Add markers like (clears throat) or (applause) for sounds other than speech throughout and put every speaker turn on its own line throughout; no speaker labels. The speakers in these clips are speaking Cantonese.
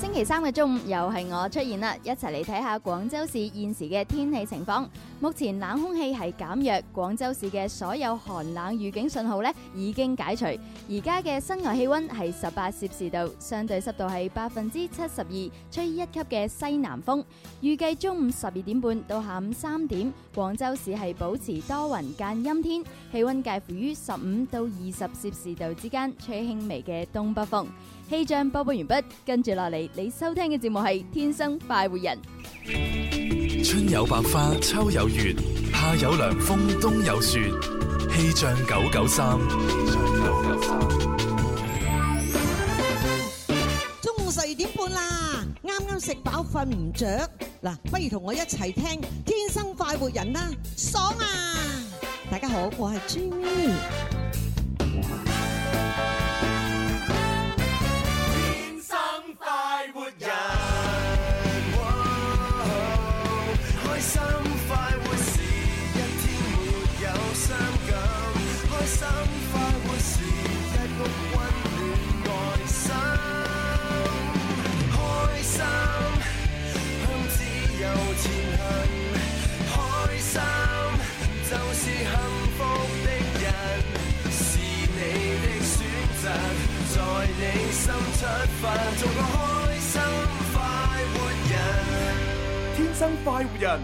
星期三嘅中午又係我出現啦，一齊嚟睇下廣州市現時嘅天氣情況。目前冷空氣係減弱，廣州市嘅所有寒冷預警信號呢已經解除。而家嘅室外氣温係十八攝氏度，相對濕度係百分之七十二，吹一級嘅西南風。預計中午十二點半到下午三點，廣州市係保持多雲間陰天，氣温介乎於十五到二十攝氏度之間，吹輕微嘅東北風。氣象播報完畢，跟住落嚟你收聽嘅節目係《天生快活人》。
春有百花，秋有月，夏有涼風，冬有雪。氣象九九三，
中午十二點半啦，啱啱食飽瞓唔着，嗱，不如同我一齊聽《天生快活人》啦，爽啊！大家好，我係 Jimmy。
天生快活人，開心快活是一天沒有傷感，開心快活是一屋溫暖愛心，開心向自由前行，開心就是幸福的人，是你的選擇，在你心出發，做個開心快活人，天生快活人。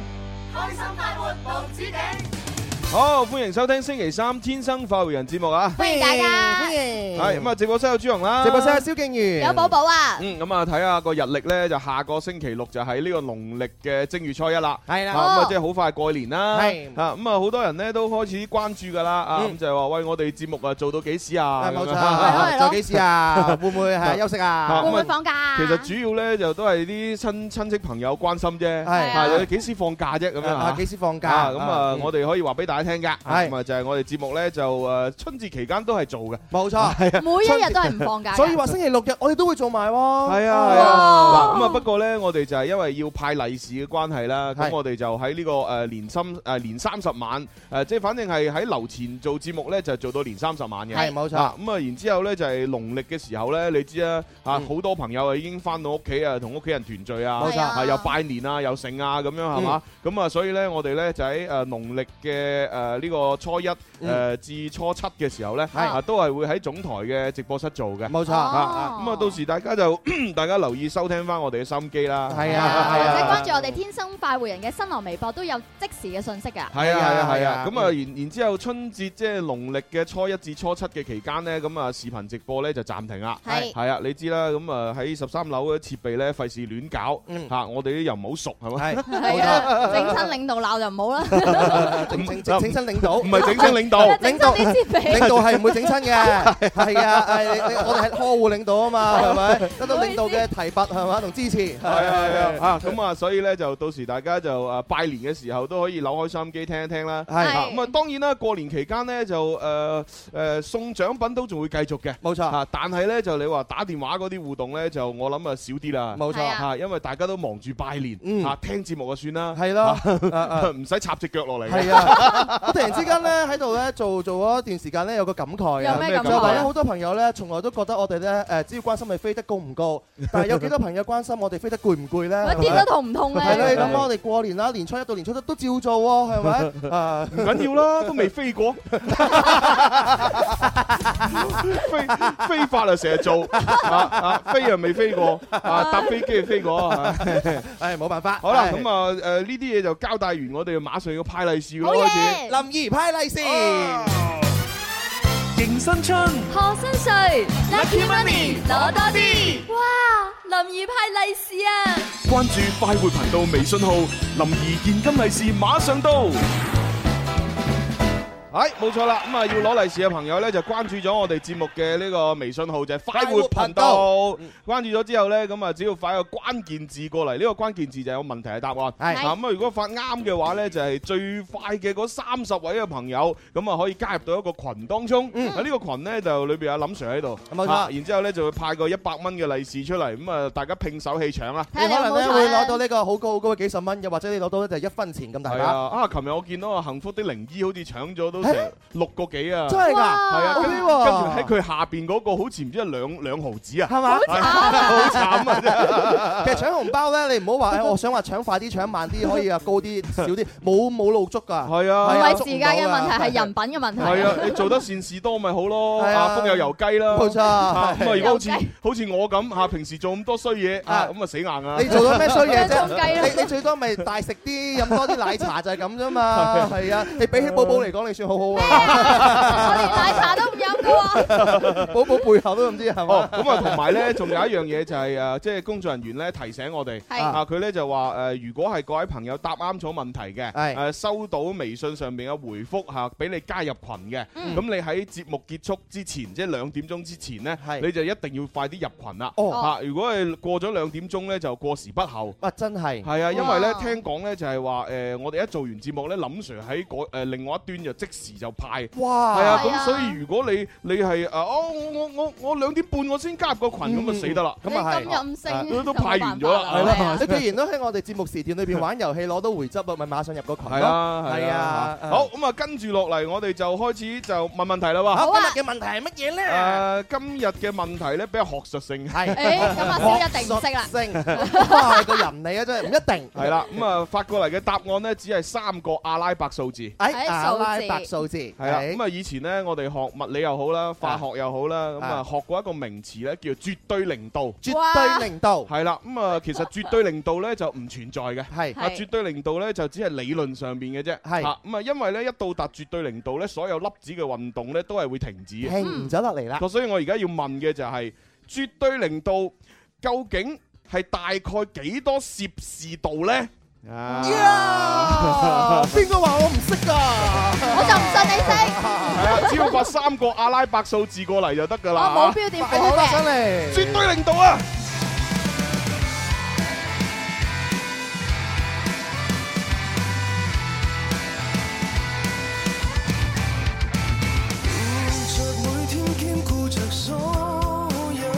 开心快活无止境，
好，歡迎收聽星期三《天生快活人》節目啊！
歡迎大家，歡
系
迎
咁啊！直播室有朱紅啦，
直播室有蕭敬
如
有寶寶啊！
嗯，咁啊，睇下個日曆咧，就下個星期六就喺呢個農曆嘅正月初一啦。
係啦
啊咁
哦
啊，即係好快過年啦。
係
啊，咁啊，好多人咧都開始關注㗎啦。啊，
嗯
咁就係話喂，我哋節目啊做到幾時啊？
啊冇錯
咁樣
做幾時啊會唔會係休息啊
咁
會唔會放
假啊
(laughs) 其實主要咧就都係啲親親戚朋友關心啫。
係
啊，有幾時放假啫？咁樣
啊
啊？
幾時放假
啊咁啊
啊，
我哋可以話俾大家聽㗎。咁啊，就係我哋節目咧就誒春節期間都係做嘅。
冇錯，
係啊
每一日都係唔
(laughs)
放假嘅，
所以話星期六日我哋都會做埋喎。
係啊，係啊，嗱咁啊，不過咧，我哋就係因為要派利是嘅關係啦，咁
係
我哋就喺呢個誒年三誒年三十晚誒，即係反正係喺樓前做節目咧，就做到年三十晚嘅，
係冇錯
啊咁啊，然之後咧就係農曆嘅時候咧，你知啊，啊好多朋友啊已經翻到屋企啊，同屋企人團聚啊，
嗯冇錯嗯
啊又拜年啊，又剩啊咁樣係嘛，咁啊，所以咧我哋咧就喺誒農曆嘅誒呢個初一誒
嗯
至初七嘅時候咧，
係
啊都係會喺總台嘅直播室做嘅，
冇錯
Ờ.
Ờ,
啊
哦
咁啊，到時大家就 (clears throat) 大家留意收聽翻我哋嘅心機啦。
係啊
或
係
者
啊
關注我哋《天生快活人》嘅新浪微博都有即時嘅信息㗎。
係啊係啊係
係
啊
啊！
咁啊，然然之後春節即係農曆嘅初一至初七嘅期間呢，咁啊視頻直播呢就暫停啦。
係
係啊，你知啦，咁啊喺十三樓嘅設備呢，費事亂搞
嗯
嚇，我哋啲又唔好熟
ờ.
係咪？
係啊，整親領導鬧就唔好啦，
(laughs)
整整整整親領導，
唔係整親領導，
整親啲設備
領導係唔會整親嘅，係啊，係你我哋係呵護領導啊嘛，係咪？得到領導嘅提拔係嘛，同支持。係
係啊係啊啊！咁啊，所以呢，就到時大家就啊拜年嘅時候都可以扭開收音機聽一聽啦。
係
啊咁啊，當然啦，過年期間呢，就誒誒送獎品都仲會繼續嘅。
冇錯，
啊！但係咧就你話打電話嗰啲互動咧，就我諗啊少啲啦。
冇
係
錯，
啊
嚇，因為大家都忙住拜年，
嗯
嚇聽節目就算啦，
係咯。啊啊
唔使插只腳落嚟嘅。
係啊！我突然之間咧喺度咧做做咗一段時間咧有個感慨啊
有，咩
咩
感
感
就話咧
覺？
好多朋友咧從來都覺得我哋咧誒只要關心你飛得高唔
(laughs)
高，但係有幾多朋友關心我哋飛得攰唔攰咧？
我跌得痛唔痛
係咯，你
咧？
諗下我哋過年啦，年初一到年初七都照做喎，
(laughs)
係咪？啊！
唔緊要啦，都未飛過， (laughs) 飛飛法啊成日做，啊啊飛又未飛過，啊搭飛機就飛過。啊
唉，冇辦法。
好啦，
係
咁啊誒呢啲嘢就交代完，我哋就馬上要派利是
好
咯，開始。
嘢，
林怡派利是，
迎新春，
何新穗 Lucky Money 攞多啲，哇！林怡派利是啊！
關注快活頻道微信號，林兒現金利是馬上到。
係冇錯啦，咁啊要攞利是嘅朋友咧就關注咗我哋節目嘅呢個微信號就係快活頻道，
嗯
關注咗之後咧咁啊只要發一個關鍵字過嚟，呢個關鍵字就有問題嘅答案。
係
啊咁啊，如果發啱嘅話咧就係最快嘅嗰三十位嘅朋友，咁啊可以加入到一個群當中。
嗯
啊呢個群咧就裏邊有林 Sir 喺度，
冇錯
啊然之後咧就會派個一百蚊嘅利是出嚟，咁啊大家拼手氣搶啊！
睇下你有冇
你可能咧，
彩啊
會攞到呢個好高好高嘅幾十蚊，又或者你攞到咧就係一分錢咁大把。
係啊，啊！琴日我見到啊，幸福的靈醫好似搶咗都成
係
六個幾啊！
真係㗎？
哇！
係啊，跟
好喎
跟住喺佢下邊嗰個好似唔知係兩兩毫子啊，
係嘛？
好慘啊！真係 (laughs)
其實搶紅包咧，你唔好話，誒，我想話搶快啲，搶慢啲，可以啊，高啲、少啲，冇-冇露足㗎。
係啊，
唔
係啊
係時間嘅問題，係人品嘅問題。
係啊，你做得善事多咪好咯，
係啊
啊，風有油雞啦，
冇錯
啊
(laughs)
咁啊，如果好似
油雞
好似我咁嚇，平時做咁多衰嘢
啊
啊，咁啊死硬啊！ (laughs)
你做咗咩衰嘢啫？
張雞咯。
你-
(laughs)
你最多咪大食啲，飲多啲奶茶就係咁啫嘛。係啊，你比起寶寶嚟講，你算好好啊。
我連奶茶都唔飲嘅喎。
寶寶背後都唔知係嘛？
哦，咁啊，同埋咧，仲有一樣嘢就係誒，即係工作人員咧提醒我哋，
係
啊，佢咧就話誒，如果係各位朋友答啱咗問題嘅，
係
誒收到微信上面嘅回覆嚇，俾你加入群嘅，
嗯
咁你喺節目結束之前，即係兩點鐘之前咧
係，
你就一定要快啲入群啦。
哦
嚇，如果係過咗兩點鐘咧，就過時不候。
哇，真係。
係啊，因為咧
哇
聽講咧就係話誒，我哋一做完節目咧，林 Sir 喺嗰誒另外一端就即時就派。
哇。
係啊，
係啊
咁所以如果你你係啊，哦，我我我我兩點半我先加入個群，咁啊死得啦！
你
咁啊係。
咁任性，
都都
就冇
派
辦
完
法
咗啦
啦係啊
係啦， (laughs) 你既然都喺我哋節目時段裏邊玩遊戲攞到回執啊，咪馬上入個群咯。
係啊，
係啊，
好咁啊，跟住落嚟，我哋就開始就問問題
好。
啦喎。
好啊
今日嘅問題係乜嘢咧？
誒，今日嘅問題咧比較學術性，
係
誒咁阿蕭一定唔識啦
(laughs)
啦。哇，個人嚟啊，真係唔一定。
係啦。咁啊，發過嚟嘅答案咧，只係三個阿拉伯數字。
哎，
哎
阿拉
數字
伯數字
係啦，
哎
咁啊，以前咧我哋學物理又好啦，化學又好啦，咁啊學過一個名詞咧叫絕對零度。
絕對零度
係啦，咁啊，其實絕對零度咧就唔存在嘅。
係
啊，
係
絕對零度咧就只係理論上邊嘅啫。
係
啊咁啊，因為咧一到達絕對零度咧，所有粒子嘅運動咧都係會停止嘅。
停咗落嚟啦。
咁所以我而家要問嘅就係、絕對零度究竟係大概幾多攝氏度呢？啊！
呀邊個話我唔識㗎？
我就唔信你識，
係啊，只要發三個阿拉伯數字過嚟就得㗎
我
啦。
冇標點符
快
號
啲發上
嘅。
嚟！
絕對零度啊！
着每天兼顧着所有，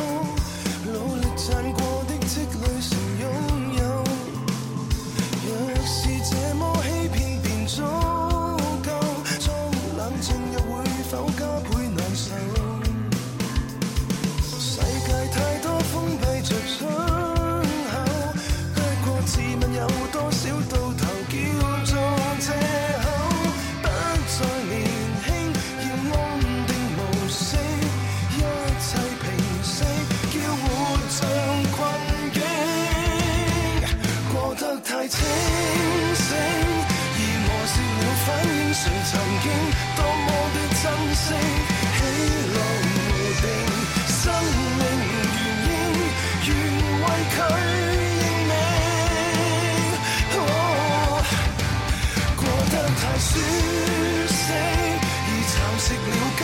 努力賺過的積累成擁有。若是這麼欺騙便足夠，裝冷靜又會否加倍難受？世界太多封閉
Oh，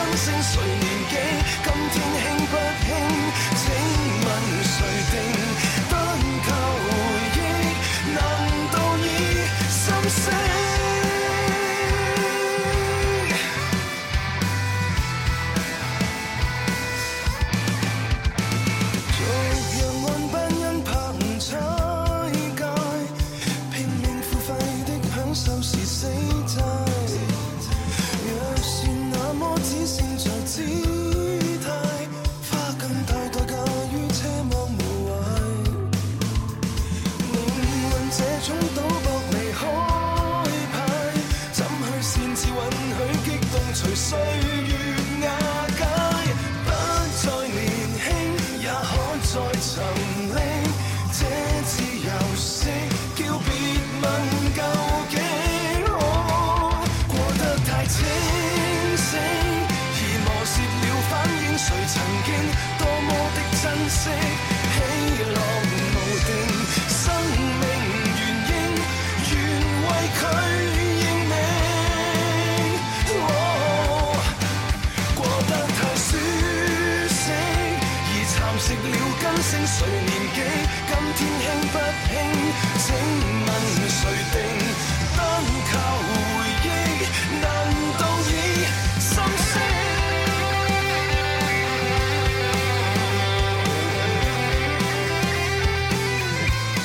哦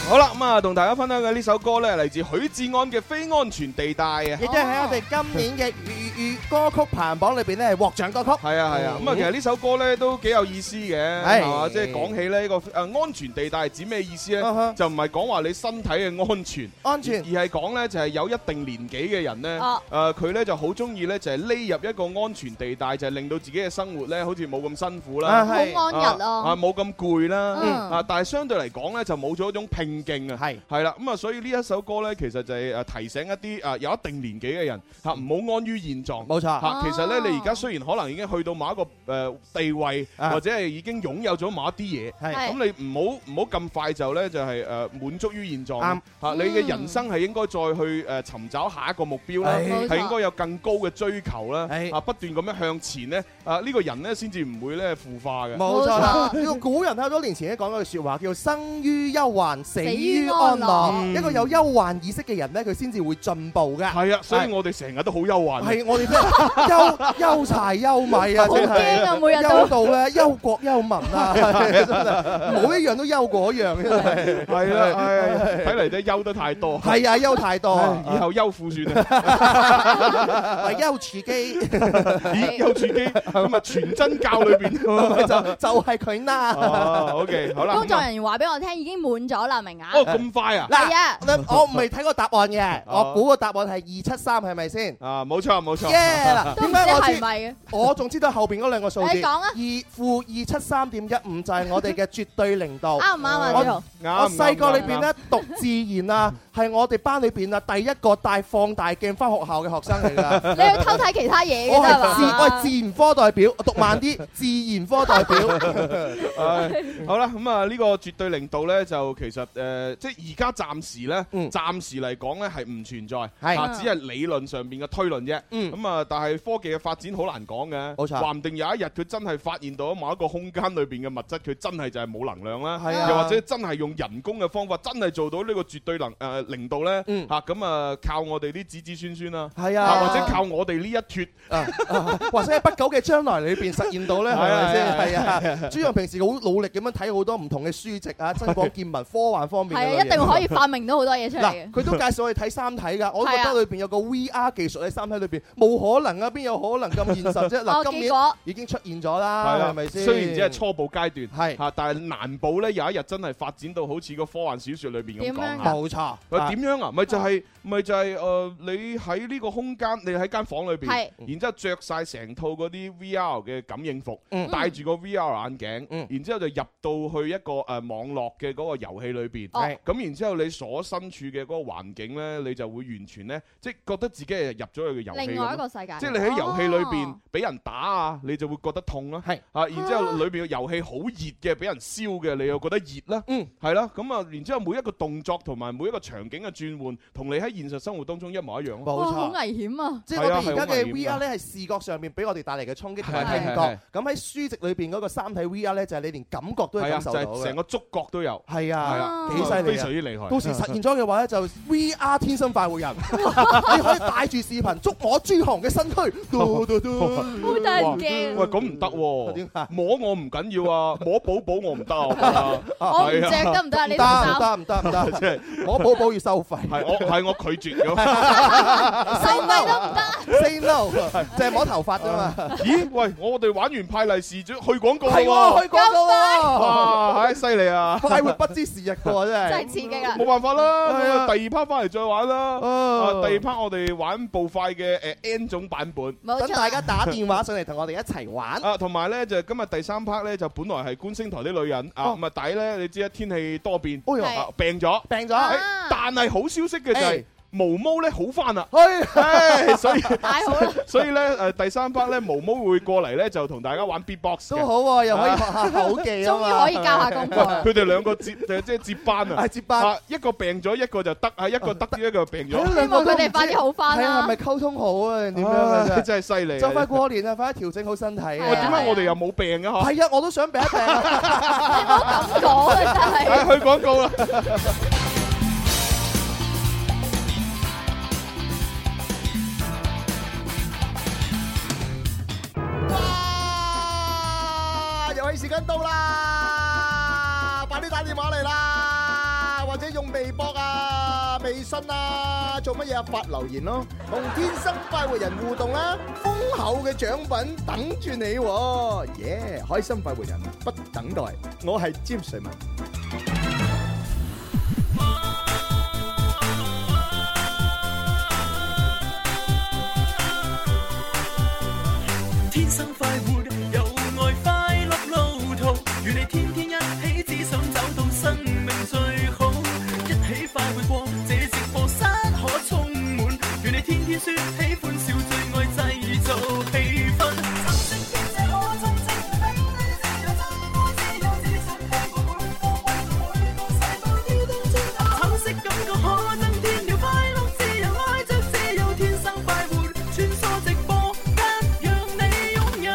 好啦，咁啊，同大家分享嘅呢首歌咧，嚟自許志安嘅《非安全地帶》啊。
亦都係喺我哋今年嘅粵語歌曲排行榜裏邊咧，係獲獎歌曲。
係啊係啊，咁啊其實呢首歌咧都幾有意思嘅，
係
係嘛？即係講起呢呢個誒安全地帶係指咩意思咧
啊哈？
就唔係講話你身體嘅安全，
安全
而係講咧就係有一定年紀嘅人咧，
哦
誒佢咧就好中意咧就係匿入一個安全地帶，就係令到自己嘅生活咧好似冇咁辛苦啦
啊。
好
係
安逸
啊
咯，
冇咁攰啦，
嗯
啊，但係相對嚟講咧就冇咗一種拼勁啊，
係
係啦，咁啊，所以呢一首歌咧其實就係誒提醒一啲啊有一定年紀嘅人嚇唔好安於現狀，
冇錯，
嚇，其實
哦
咧，你而家雖然可能已經去到某一個誒地位，
啊
或者係已經擁有咗某一啲嘢，
係
係
咁你唔好唔好咁快就咧就係誒滿足於現狀。
啱
嚇，你嘅人生係應該再去誒尋找下一個目標啦，
係
冇錯
係應該有更高嘅追求啦，
係
啊不斷咁樣向前咧，啊呢個人咧先至唔會咧腐化嘅。
冇錯啦
冇。錯
呢個古人喺好多年前咧講咗句説話，叫生於憂患，死於安樂。
嗯
一個有憂患意識嘅人咧，佢先至會進步㗎。
係啊，所以我哋成日都好憂患。
係我哋真係憂 (laughs) 憂柴憂米啊，
好
真
驚
係
啊！每日
憂
都
到咧憂國憂民
(laughs)
啊，真係冇一樣都憂過一樣嘅真係。
係啦，係睇嚟都憂得太多。
係啊，憂太多啊，
唉以後憂富算啦，
為憂自己。 (laughs)
咦憂自己咁啊全真教裏
(laughs)
邊。
就就係佢啦。
哦，OK，好啦。
工作人員話俾我聽已經滿咗啦，名
哦，
額
咁快啊？
係啊，
嗱我唔係睇個答案嘅，
哦
我估個答案係二七三，係咪先？
啊，冇錯冇錯。
耶！
(laughs)
嗱，
都唔
點
知
解我
係
知？
咪嘅。
我仲知道後邊嗰兩個數字。
你講啊
二負二七三點一五就係我哋嘅絕對零度。
啱唔啱啊？
我
子豪，
啱
我細個裏邊，咧讀自然啊，係我哋班裏邊啊第一個帶放大鏡翻學校嘅學生嚟㗎。
你去偷睇其他嘢嘅
我
啫
係自
嘛？
我係自然科代表，讀慢啲，自然科代表。
啱啱 (laughs) 唉好啦，咁啊呢個絕對零度咧，就其實誒，即係而家暫時咧，
嗯
暫時嚟講咧係唔存在，
係
啊只係理論上邊嘅推論啫。
嗯
咁啊，但係科技嘅發展好難講嘅，
冇錯
話唔定有一日佢真係發現到某一個空間裏邊嘅物質，佢真係就係冇能量啦。
係啊
又或者真係用人工嘅方法，真係做到呢個絕對能誒零度咧，
嗯
嚇咁啊靠我哋啲子子孫孫啦，
係
啊
啊，
或者靠我哋呢一脱。
啊，啊或者喺不久嘅將來裏邊實現到咧，係咪
係
先？係啊，朱揚平時好努力咁樣睇好多唔同嘅書籍啊，增廣見聞、科幻方面
係
嘅
啊，
內容
一定可以發明到好多嘢出嚟
嗱，
嘅。
佢都介紹我哋睇《三體》㗎，我都覺
係啊
得裏邊有個 VR 技術喺《三體》裏邊，冇可能啊，邊有可能咁現實啫？
哦，
嗱，今
結
年
果
已經出現咗啦，
係啦，
係啊咪先？
雖然只係初步階段，
係
嚇，但係難保咧有一日真係發展到好似個科幻小説裏邊咁
點樣
講
㗎
嚇。
冇錯，
喂
啊
點樣啊？咪就係咪就係誒？你喺呢個空間，你喺間房裏邊
係，
然之後着晒成套嗰啲 VR 嘅感應服，
嗯
戴住個 VR 眼鏡
嗯，
然之後就入到去一個誒網絡嘅嗰個遊戲裏邊。
哦
係
咁然之後，你所身處嘅嗰個環境呢，你就會完全呢，即係覺得自己係入咗去個遊戲咁。
另外一個世界，
即係你喺遊戲裏邊
哦
俾人打啊，你就會覺得痛啦。
係
啊，然之後裏邊嘅遊戲好熱嘅，俾人燒嘅，你又覺得熱啦。
嗯，
係啦。咁啊，然之後每一個動作同埋每一個場景嘅轉換，同你喺現實生活當中一模一樣咯。
冇
哇，哦好
錯。
危險啊！
即係我哋而家
係啊係好
嘅
危險㗎
VR 咧係視覺上面俾我哋帶嚟嘅衝擊同埋
係
聽
係
覺，咁喺書籍裏邊嗰個三體 VR 咧就係你連感覺都係
係啊，
感
就
受到
係
嘅
成。個觸覺都有，
係
係
啊
啊，
幾犀
非
利啊
常！之厲害。
到時實現咗嘅話咧，就 VR 天生快活
(laughs)
人，你可以帶住視頻捉我朱紅嘅身軀，嘟嘟嘟，
好得人驚
喂，咁唔得
點
喎
解，
摸我
(laughs)
唔緊要啊，摸寶寶我唔得啊我覺得。
我唔
係啊
着得唔得啊？你
唔
條衫
得唔得唔得唔得，我寶寶要收費
係我係我拒絕咁。
細米都唔得，
(laughs) ，say no，就係摸頭髮啫嘛，
咦？喂，我哋玩完派利是，去廣告啦
係
喎
喎，去廣告喎，
哇，唉，犀利啊！
快活不知時日過真
真係
係，
刺激啊！
冇辦法啦，
係啊
咁啊第二 part 翻嚟再玩啦。啊
哦
第二 part 我哋玩步快嘅誒 N 種版本。
冇
等大
錯
家打電話上嚟同我哋一齊玩，
啊，同埋咧就今日第三 part 咧就本來係觀星台啲女人啊，
哦
咁啊底咧你知啦，天氣多變，
哎呦
係
啊病咗，
病
啊
咗，
哎但係好消息嘅就係
哎
毛毛咧好翻啦。
哎
唉， (laughs) 所以
太好啦！
(laughs)
所以咧誒第三 part 咧毛毛會過嚟咧就同大家玩 beatbox
都
嘅，
好
(laughs)
啊喎，又可以學下口技啊
終於可以
嘛，
教下功課啦。
佢哋兩個接誒即係接班啊
(laughs) 係。接班。
啊！一個病咗，一個就得啊，一個得，一個病咗，
希望佢哋快啲好翻
係啊，係
啦
咪。溝通好啊？定點樣
唉
啊？真係
真係犀利啊。
就快過年啦，快啲調整好身體
喂
喂，點
啊！
解我哋又冇病嘅嗬？
係啊，我都想病一病啊！
你唔好咁講啊，真係
唉。去廣告啦。
哇，遊戲時間到啦，快啲打電話嚟啦，或者
用微博啊、微信啊，做乜嘢啊？發留言咯，同天生快活人互動啦，豐厚嘅獎品等住你喎！耶！開心快活人不等待，我係詹瑞文。
天生快活，有愛快樂路途，與你天天一起，只想找到生命最好。一起快活過，這直播室可充滿，與你天天説喜歡笑，最愛製造氣氛。橙色感覺可增添了快樂，自由愛着自由，天生快活，穿梭直播間，讓你擁有。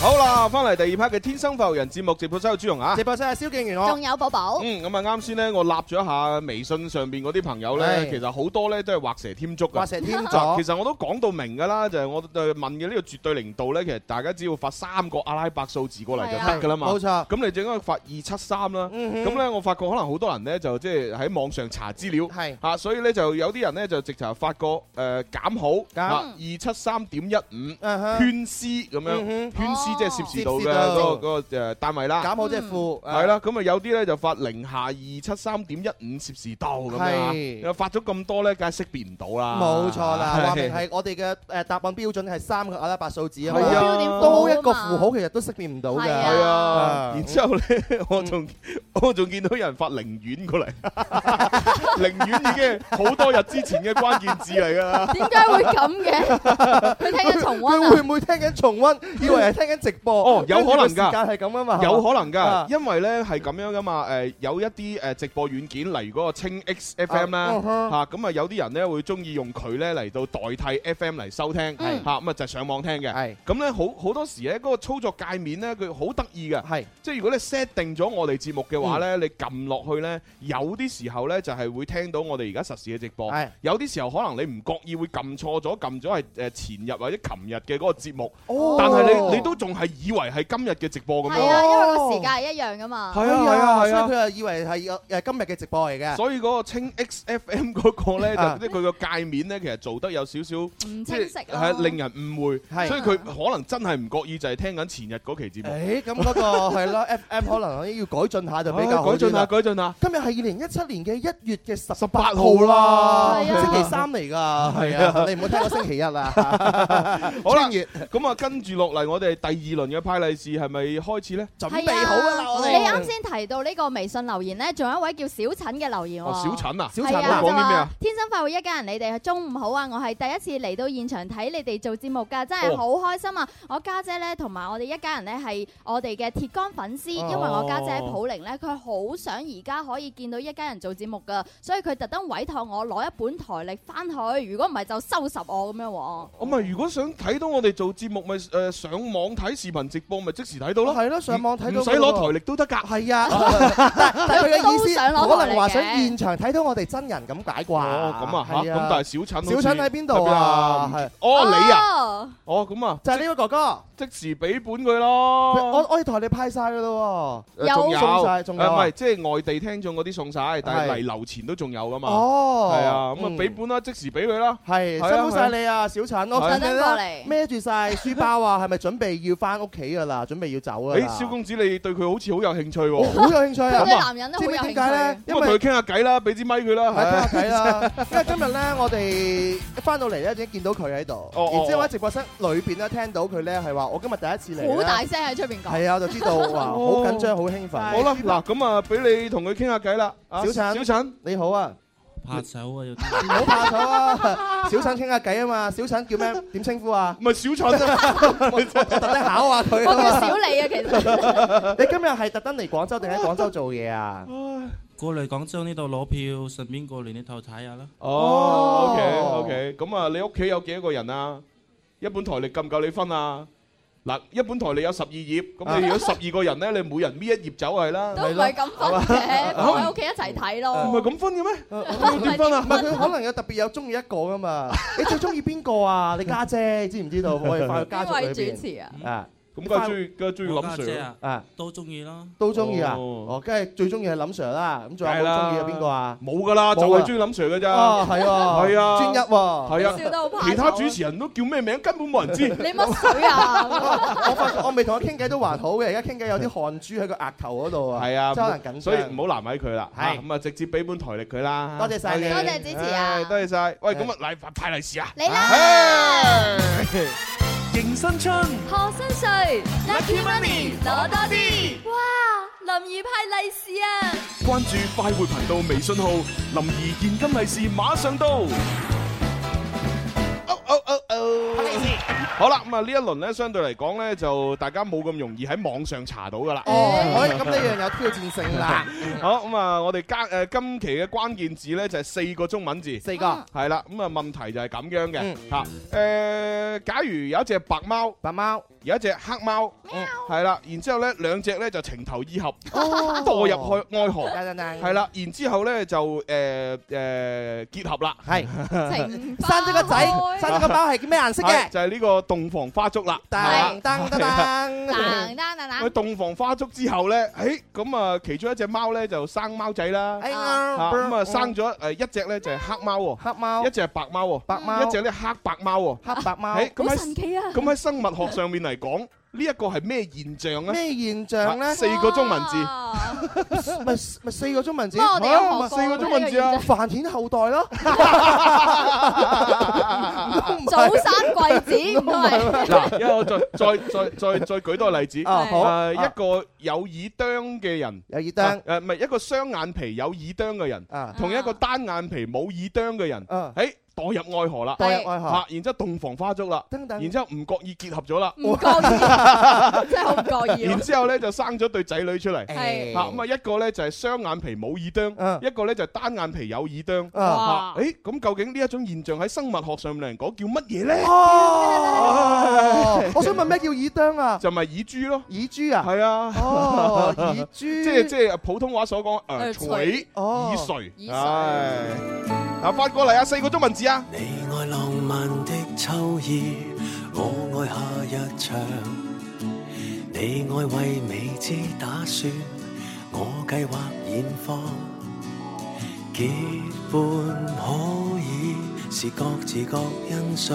好啦，翻嚟第二 part 嘅《天生浮人》節目直播室有朱容啊，
直播室係蕭敬元我
仲有寶寶。
嗯，咁啊，啱先咧，我立咗一下微信上邊嗰啲朋友咧，
係
其實好多咧都係畫蛇添足嘅。
畫蛇添足
嗱其實我都講到明㗎啦，就係我誒問嘅呢個絕對零度咧，其實大家只要發三個阿拉伯數字過嚟就得㗎啦嘛。
係冇錯
咁你就應該發二七三啦。
嗯
咁
哼
咧，我發覺可能好多人咧就即係喺網上查資料，
係
啊，所以咧就有啲人咧就直頭發個誒減號啊二七三點一五
嗯哼
圈 C 咁
嗯
樣，
哼哦
圈 C 即係攝氏
攝
度
氏
嘅
度
嗰個嗰個誒單位啦。
減好即係負，
系啦，咁啊有啲咧就發零下二七三點一五攝氏度咁樣
係
啊，發咗咁多咧，梗係識別唔到啦。
冇錯啦，
係
話明係我哋嘅誒答案標準係三個阿拉伯數字啊嘛，
係啊標點符號
多一個符號其實都識辨唔到㗎。
係
係啊
啊，嗯
然之後咧，我仲 (laughs) 我仲見到有人發寧遠過嚟， (laughs) 寧遠已經係好多日之前嘅關鍵字嚟
(laughs)
㗎啦。
點解會咁嘅？佢聽緊重温
佢會
啊！
唔會聽緊重温，以為係聽緊直播？
哦有可
跟住個
能㗎
時間係咁啊嘛，
有可能
啊
㗎，因為咧係咁樣㗎嘛，誒有一啲誒直播軟件，例如嗰個清 X FM 啦，
啊嗯哼
嚇咁啊有啲人咧會中意用佢咧嚟到代替 FM 嚟收聽，嚇
係
咁啊就上網聽嘅。
嗯係
咁咧好好多時咧嗰個操作界面咧佢好得意嘅，
係
即係如果你 set 定咗我哋節目嘅話咧，
嗯
你撳落去咧有啲時候咧就係會聽到我哋而家實時嘅直播
係，
有啲時候可能你唔覺意會撳錯咗，撳咗係誒前日或者琴日嘅嗰個節目，
哦
但係你你都仲係以為係今日嘅直播咁
係
樣。
啊，因為個時間係一樣噶嘛。
係
係
啊係啊
啊，所
係
以佢
啊。
就以為係誒今日嘅直播嚟嘅。
所以嗰個清 XFM 嗰個咧，
啊
就即係佢個界面咧，其實做得有少少
唔清
即係
晰咯
係令人誤會，
係
所以佢可能真係唔覺意就係聽緊前日嗰期節目。
誒咁嗰個係咯，FM 可能要改進下就比較
唉
好
改進
啲
下，
啦。
改進下。
今日係二零一七年嘅一月嘅十
18
八
號
號啦，
係啊
星期三嚟㗎，係啊，你唔好聽我星期一啦。
好啦
穿越，
咁啊，跟住落嚟，我哋第二輪嘅派利是係咪開始咧？
準
係啊
備好㗎啦，我
你
哋
啱先提到呢個微信留言咧，仲有一位叫小陳嘅留言
哦，
喎。
小陳啊，
小陳
係啊，
我
就
講啲咩
話
啊？
天生快活一家人，你哋中午好啊！我係第一次嚟到現場睇你哋做節目㗎，真係
哦
好開心啊！我家姐咧同埋我哋一家人咧係我哋
哦
嘅鐵杆粉絲，因為我家姐喺普寧咧，佢好想而家可以見到一家人做節目㗎，所以佢特登委託我攞一本台歷翻去，如果唔係就收拾我咁樣
哦
喎。
我啊咪如果想睇到我哋做節目，咪誒上網睇視頻直播，咪即時睇到咯。
哦係咯上網睇到
唔使
嗰個
攞台歷都得㗎。
(laughs)
係啊，但但佢嘅意
都
思
想攞
可能話
台嚟嘅哦
想現場睇到我哋真人咁解啩。
哦，咁啊嚇，
係
咁但係小陳好
小
似
陳喺邊度啊
喺邊
係
哦，你啊，
啊！
哦咁啊，
就係呢位哥哥，
即時俾本佢咯。
我我哋台你派晒㗎咯
誒仲
有
送晒
有，
仲有啊
誒唔係即係外地聽眾嗰啲送晒，但係
係
嚟樓前都仲有噶
喎。
嘛。
哦，
係啊，咁啊
嗯
俾本啦，即時俾佢啦。
係
係啊
辛苦晒
係
你啊，小陳，我
係
記得
特登過嚟
孭住晒書包啊，係咪準備要翻屋企㗎啦？準備要走㗎
誒，
啦。
蕭公子你對佢好似好有興趣
我
喎。
好有興趣
佢
啊！
對男人都好
知唔
有
知
興
點
趣
解咧
嘅。？
因
咁啊，同佢
為
傾下偈啦，俾支咪佢啦。
係傾下偈
唉
啦，因為今日咧，我哋一翻到嚟咧，已經見到佢喺度，
哦
然之後喺直播室裏邊咧聽到佢咧係話：我今日第一次嚟，
好大，聲喺出邊講。
係啊，我就知道哇，好
哦
緊張，好興奮。
好啦，嗱咁啊，俾你同佢傾下偈啦。啊
小陳
小陳，
你好啊，
拍手啊！要
唔 (laughs) 好怕醜啊，小陳傾下偈啊嘛，小陳叫咩？點稱呼啊？
唔係小
(laughs)
陳啊，
我特登考下
我
佢
叫
啊
小
嘛。
李啊，其實
你今日係特登嚟廣州定喺廣州做嘢啊？
過嚟廣州呢度攞票，順便過嚟呢頭睇下啦。
哦，OK OK，咁啊，你屋企有幾多個人啊？一本台歷夠唔夠你分啊？嗱，一本台歷有十二頁，咁
(laughs)
你如果十二個人咧，你每人搣一頁走係啦。
都唔係咁分嘅，放喺屋企一齊睇
唔係
咯。
咁分嘅咩？
唔係點分啊
唔係佢可能有特別有中意一個噶 à, 嘛？你最中意邊個啊？你家姐知唔知道？我哋翻去家
邊
族裏
位主
邊
持啊？
啊，
咁梗係中意，梗係中意林 Sir 啦
à.
啊，都中意啦，
都中意啊！
哦
哦，梗係最中意係林 Sir 啦。咁仲有
梗
冇
係啦
中意邊個啊？
冇㗎啦，就
冇啊
係中意林 Sir 㗎咋。
啊係喎
係啊，
專一喎
係啊，
你笑得好怕醜啊
其他主持人都叫咩名，根本冇人知。
你乜水啊？
我發覺我未同佢傾偈都還好嘅，而家傾偈有啲汗珠喺個額頭嗰度啊，
(laughs) 係啊，
真係緊張。
所以唔好難為佢啦。
係
啊咁啊，直接俾本台歷佢啦。
多謝晒你
OK
多謝支持啊
唉多謝晒。喂，咁啊，嚟派利是啊！
你啦
迎新春。
何新穗 Lucky Money 攞多啲，哇！林怡派利是啊！
关注快活频道微信号，林儿现金利是马上到。
(laughs) 好啦，咁啊呢一輪咧，相對嚟講咧，就大家冇咁容易喺網上查到噶啦。
哦，可以咁呢樣有挑戰性啦。
好咁啊！我哋加誒今期嘅關鍵字咧就係四個中文字，
四個
係啦。咁啊問題就係咁樣嘅
嗯
嚇誒，假如有一隻白貓，
白貓
有一隻黑貓，嗯係啦，然之後咧兩隻咧就情投意合，
哦
(laughs) 墮入去愛河，
等等等
係啦，然之後咧就誒誒結合啦，
係
生
生咗個仔，生咗個貓係咩顏色嘅？
就係呢個洞房花燭啦，
噔噔噔
係啦
噔。
喂，洞房花燭之後咧，誒咁啊，其中一隻貓咧就生貓仔啦，
哎呀
啊咁啊
嗯
生咗誒一隻咧就係黑貓喎，
黑貓，
一隻係白貓喎，白
貓
一隻咧黑白貓喎，
黑白貓
誒咁
好
喺
神奇啊
咁喺生物學上面嚟講，呢一個係咩現象咧？
咩現象
啊
咧？
四個中文字，
咪咪四個中文字，
不過我哋有學過
啊咪四個中
呢
文
個
字啊，
現
繁衍後代
(laughs)
咯。 (laughs)
早生貴子唔通係？
嗱，因為我再再再再再舉多個例子，
啊好
誒一個有耳釘嘅人，
有耳釘
誒唔係一個雙眼皮有耳釘嘅人，同一個單眼皮冇耳釘嘅人，誒墮入愛河啦，
墮入愛河
嚇然之後洞房花燭啦，然之後唔覺意結合咗啦，
唔覺意，真係好唔覺意喎。
然之後咧就生咗對仔女出嚟，
係
嚇咁啊一個咧就係雙眼皮冇耳釘，一個咧就係單眼皮有耳釘，
啊
嚇誒咁究竟呢一種現象喺生物學上面嚟講叫乜嘢咧？
哦，我想問咩叫耳釘啊？
就咪耳珠咯，
耳珠啊，
係啊，
哦，耳珠，
(laughs) 即係即係普通話所講
誒
誒垂
哦
耳垂，
耳垂
唉，嗱發過嚟啊，四個中文字啊，
你愛浪漫的秋意，我愛夏日長。你愛為未知打算，我計劃現況。結伴可以是各自各欣賞，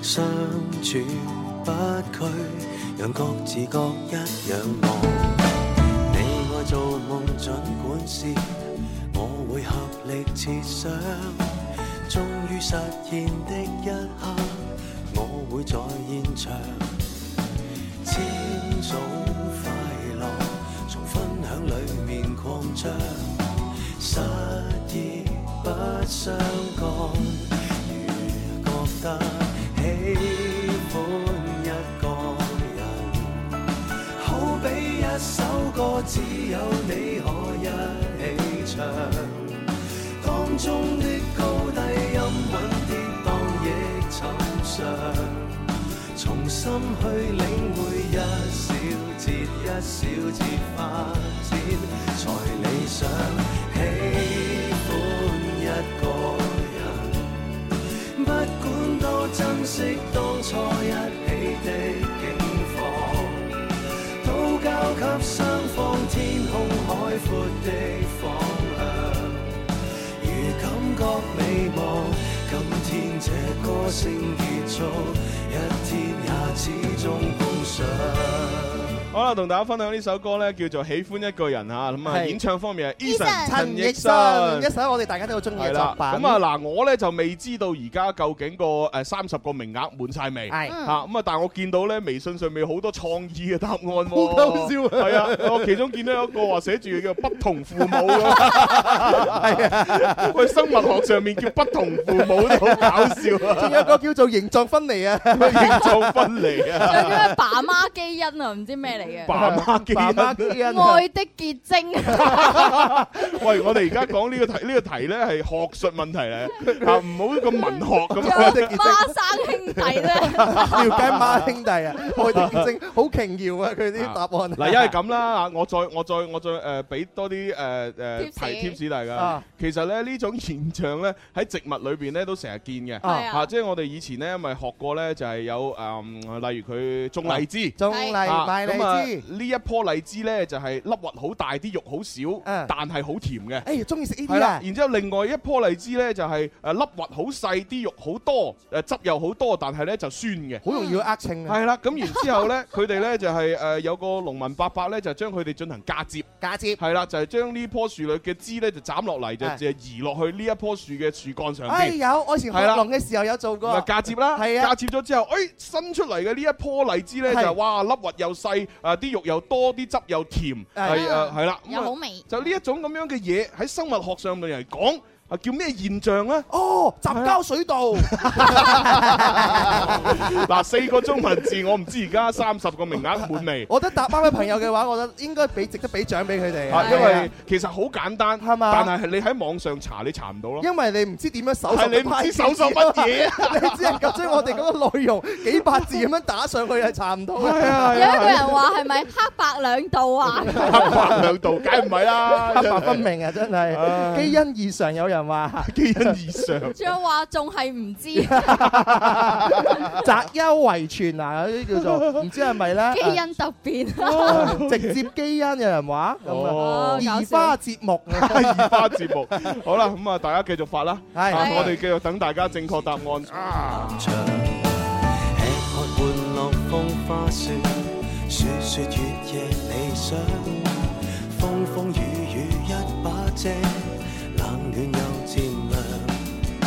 相處不拘，讓各自各一樣忙。你愛做夢，儘管是我會合力設想。終於實現的一刻，我會在現場。千種快樂從分享裡面擴張，失意不相干。如覺得喜歡一個人，好比一首歌，只有你可一起唱。當中的高低音韻跌宕亦尋常，重新去領會一小節一小節發展才理想。喜歡一個人，不管多珍惜當初一起的境況。都交給雙方天空海闊的方向，如感覺美望，今天這歌聲結束，一天也始終共賞。
好啦，同大家分享呢首歌咧叫做《喜歡一個人》啊，咁啊
係
演唱方面係
Eason
Eason
陳
陳
奕
奕
迅，一
迅。
首我哋大家都好中意
係
嘅
啦
作，品。
咁啊嗱，我咧就未知道而家究竟個誒三十個名額滿晒未？
係
嚇咁啊！但係我見到咧微信上面好多創意嘅答案喎，
好搞笑
(laughs)
啊
係啊，我其中見到有一個話寫住叫不同父母 (laughs) 咁，係啊，喂生物學上面叫不同父母都好搞笑啊！
仲有一
(laughs)
個叫做形狀分離啊，
形狀分離啊！ (laughs)
仲有啲咩爸媽基因啊？唔知咩嚟嘅，
爸媽基因爸媽 (laughs) 基因啊
愛的結晶。
喂，我哋而家講呢個題，呢個題咧係學術問題嚟，啊唔好咁文學咁。
孖生兄弟
(laughs)
咧，
了解孖兄弟啊，愛的結晶好瓊瑤啊，佢啲答案。
嗱，因為咁啦，啊我再我再我再誒俾多啲誒誒提 tips 大家
啊。
其實咧呢種現象咧喺植物裏邊咧都成日見嘅，
啊係啊
啊即係我哋以前咧咪學過咧就係有誒，例如佢種荔枝，
種荔
啊
賣荔
咁啊
枝
呢一棵荔枝咧就係粒核好大，啲肉好少，但係好甜嘅。
誒，中意食啊呢
係
啲
啦
啊，？
然之後另外一棵荔枝咧就係誒粒核好細，啲肉好多，誒汁又好多，但係咧就酸嘅，
好容易會呃秤啊
係啦，咁然之後咧， (laughs) 佢哋咧就係誒有個農民伯伯咧，就將佢哋進行嫁接，
嫁接
係啦，就係將呢棵樹裏嘅枝咧就斬落嚟，就
係
就移落去呢一棵樹嘅樹幹上
哎，
邊。
有，我以前學
係啦
龍嘅時候有做
咪
過。
嫁接啦，
係啊
嫁接咗之後，誒新出嚟嘅呢一棵荔枝咧
係
就哇粒核又細，啊啲肉又多，啲汁又甜，
哎
係誒係啦，咁啊
又好味
就呢一種咁樣嘅嘢喺生物學上面嚟講，啊叫咩現象咧？
哦，雜交水稻。
(laughs) 嗱四個中文字，我唔知而家三十個名額滿未？
我覺得答啱嘅朋友嘅話，我覺得應該俾值得俾獎俾佢哋啊
啊，因為其實好簡單，
嘛
但係你喺網上查你查唔到咯。
因為你唔知點樣搜索
係你唔知搜索乜嘢
(laughs)
啊
你只能夠將我哋嗰個內容幾百字咁樣打上去，係查唔到嘅。
有一個人話係咪黑白兩道啊？
黑白兩道，梗係唔係啦，
黑白分明啊，真係基因異常，有人話
基因異常
仲有話仲係唔知，基
(laughs) 擇優遺傳啊，嗰啲叫
(laughs)
做唔知係咪咧？
因突變。
啊直接基因有人話咁啊，
哦
移花節
(laughs)
目啊。
二花節目，好啦，咁啊，大家繼續發啦，
係
啊
係
我哋繼續等大家正確答案啊。
長，吃喝玩樂風花雪，雪雪月夜理想，風風雨雨一把遮，冷暖又漸涼，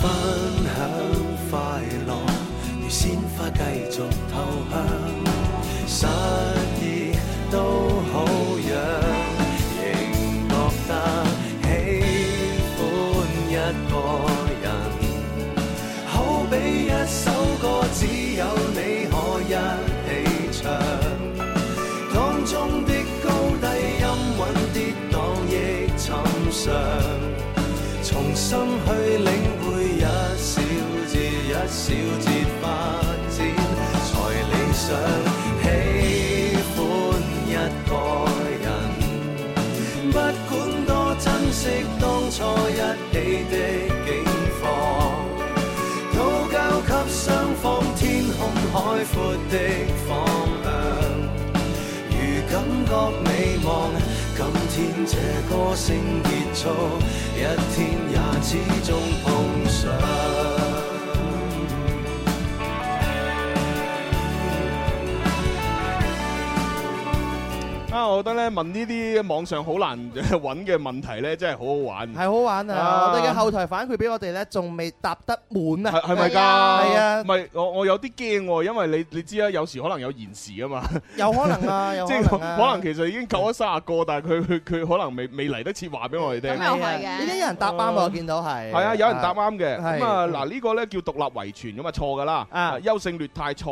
分享快樂如鮮花繼續透香，失意都好樣，仍覺得喜歡一個人。好比一首歌，只有你可一起唱。當中的高低音韻跌宕亦尋常，從心去領會一小節一小節發展才理想。喜歡一個人，不管多珍惜當初一起的境況。都交給雙方天空海闊的方向。如感覺美望，今天這歌聲結束，一天也始終碰上。
啊，我覺得咧問呢啲網上好難揾嘅問題咧，真係好好玩。
係好玩
啊
啊！我哋嘅後台反饋俾我哋咧，仲未答得滿啊，
係係咪㗎？
係啊
唔，係我我有啲驚喎，因為你你知啊啦，有時可能有延時啊嘛，
有可能啊，有
(laughs) 即
可
係
能啊，
可能其實已經救咗卅個，但係佢佢佢可能未未嚟得切話俾我哋聽。
係啊呢啲有人答啱啊，我見到係。
係啊，有人答啱嘅。
係
咁啊，嗱呢個咧叫獨立遺傳咁啊錯噶啦，啊優勝劣汰錯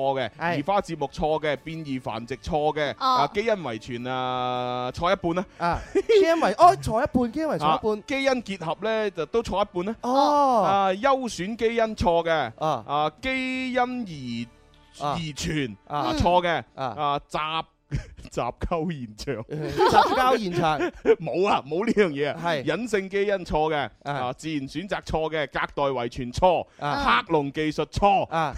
嘅，移花接木錯嘅，變異繁殖錯嘅，
哦
啊基因遺傳啊錯一半啦。
啊，基因為哦錯一半，基因為錯一半。
半基因結合咧就都錯一半啦。
哦
啊優選基因錯嘅，
啊
啊基因移
啊
遺傳
啊
啊
嗯
錯嘅，
啊
啊雜 (laughs) 雜交現象，
(laughs) 雜交現場
冇啊冇呢樣嘢啊，係隱性基因錯嘅，啊自然選擇錯嘅，隔代遺傳錯，
啊
克隆技術錯，
啊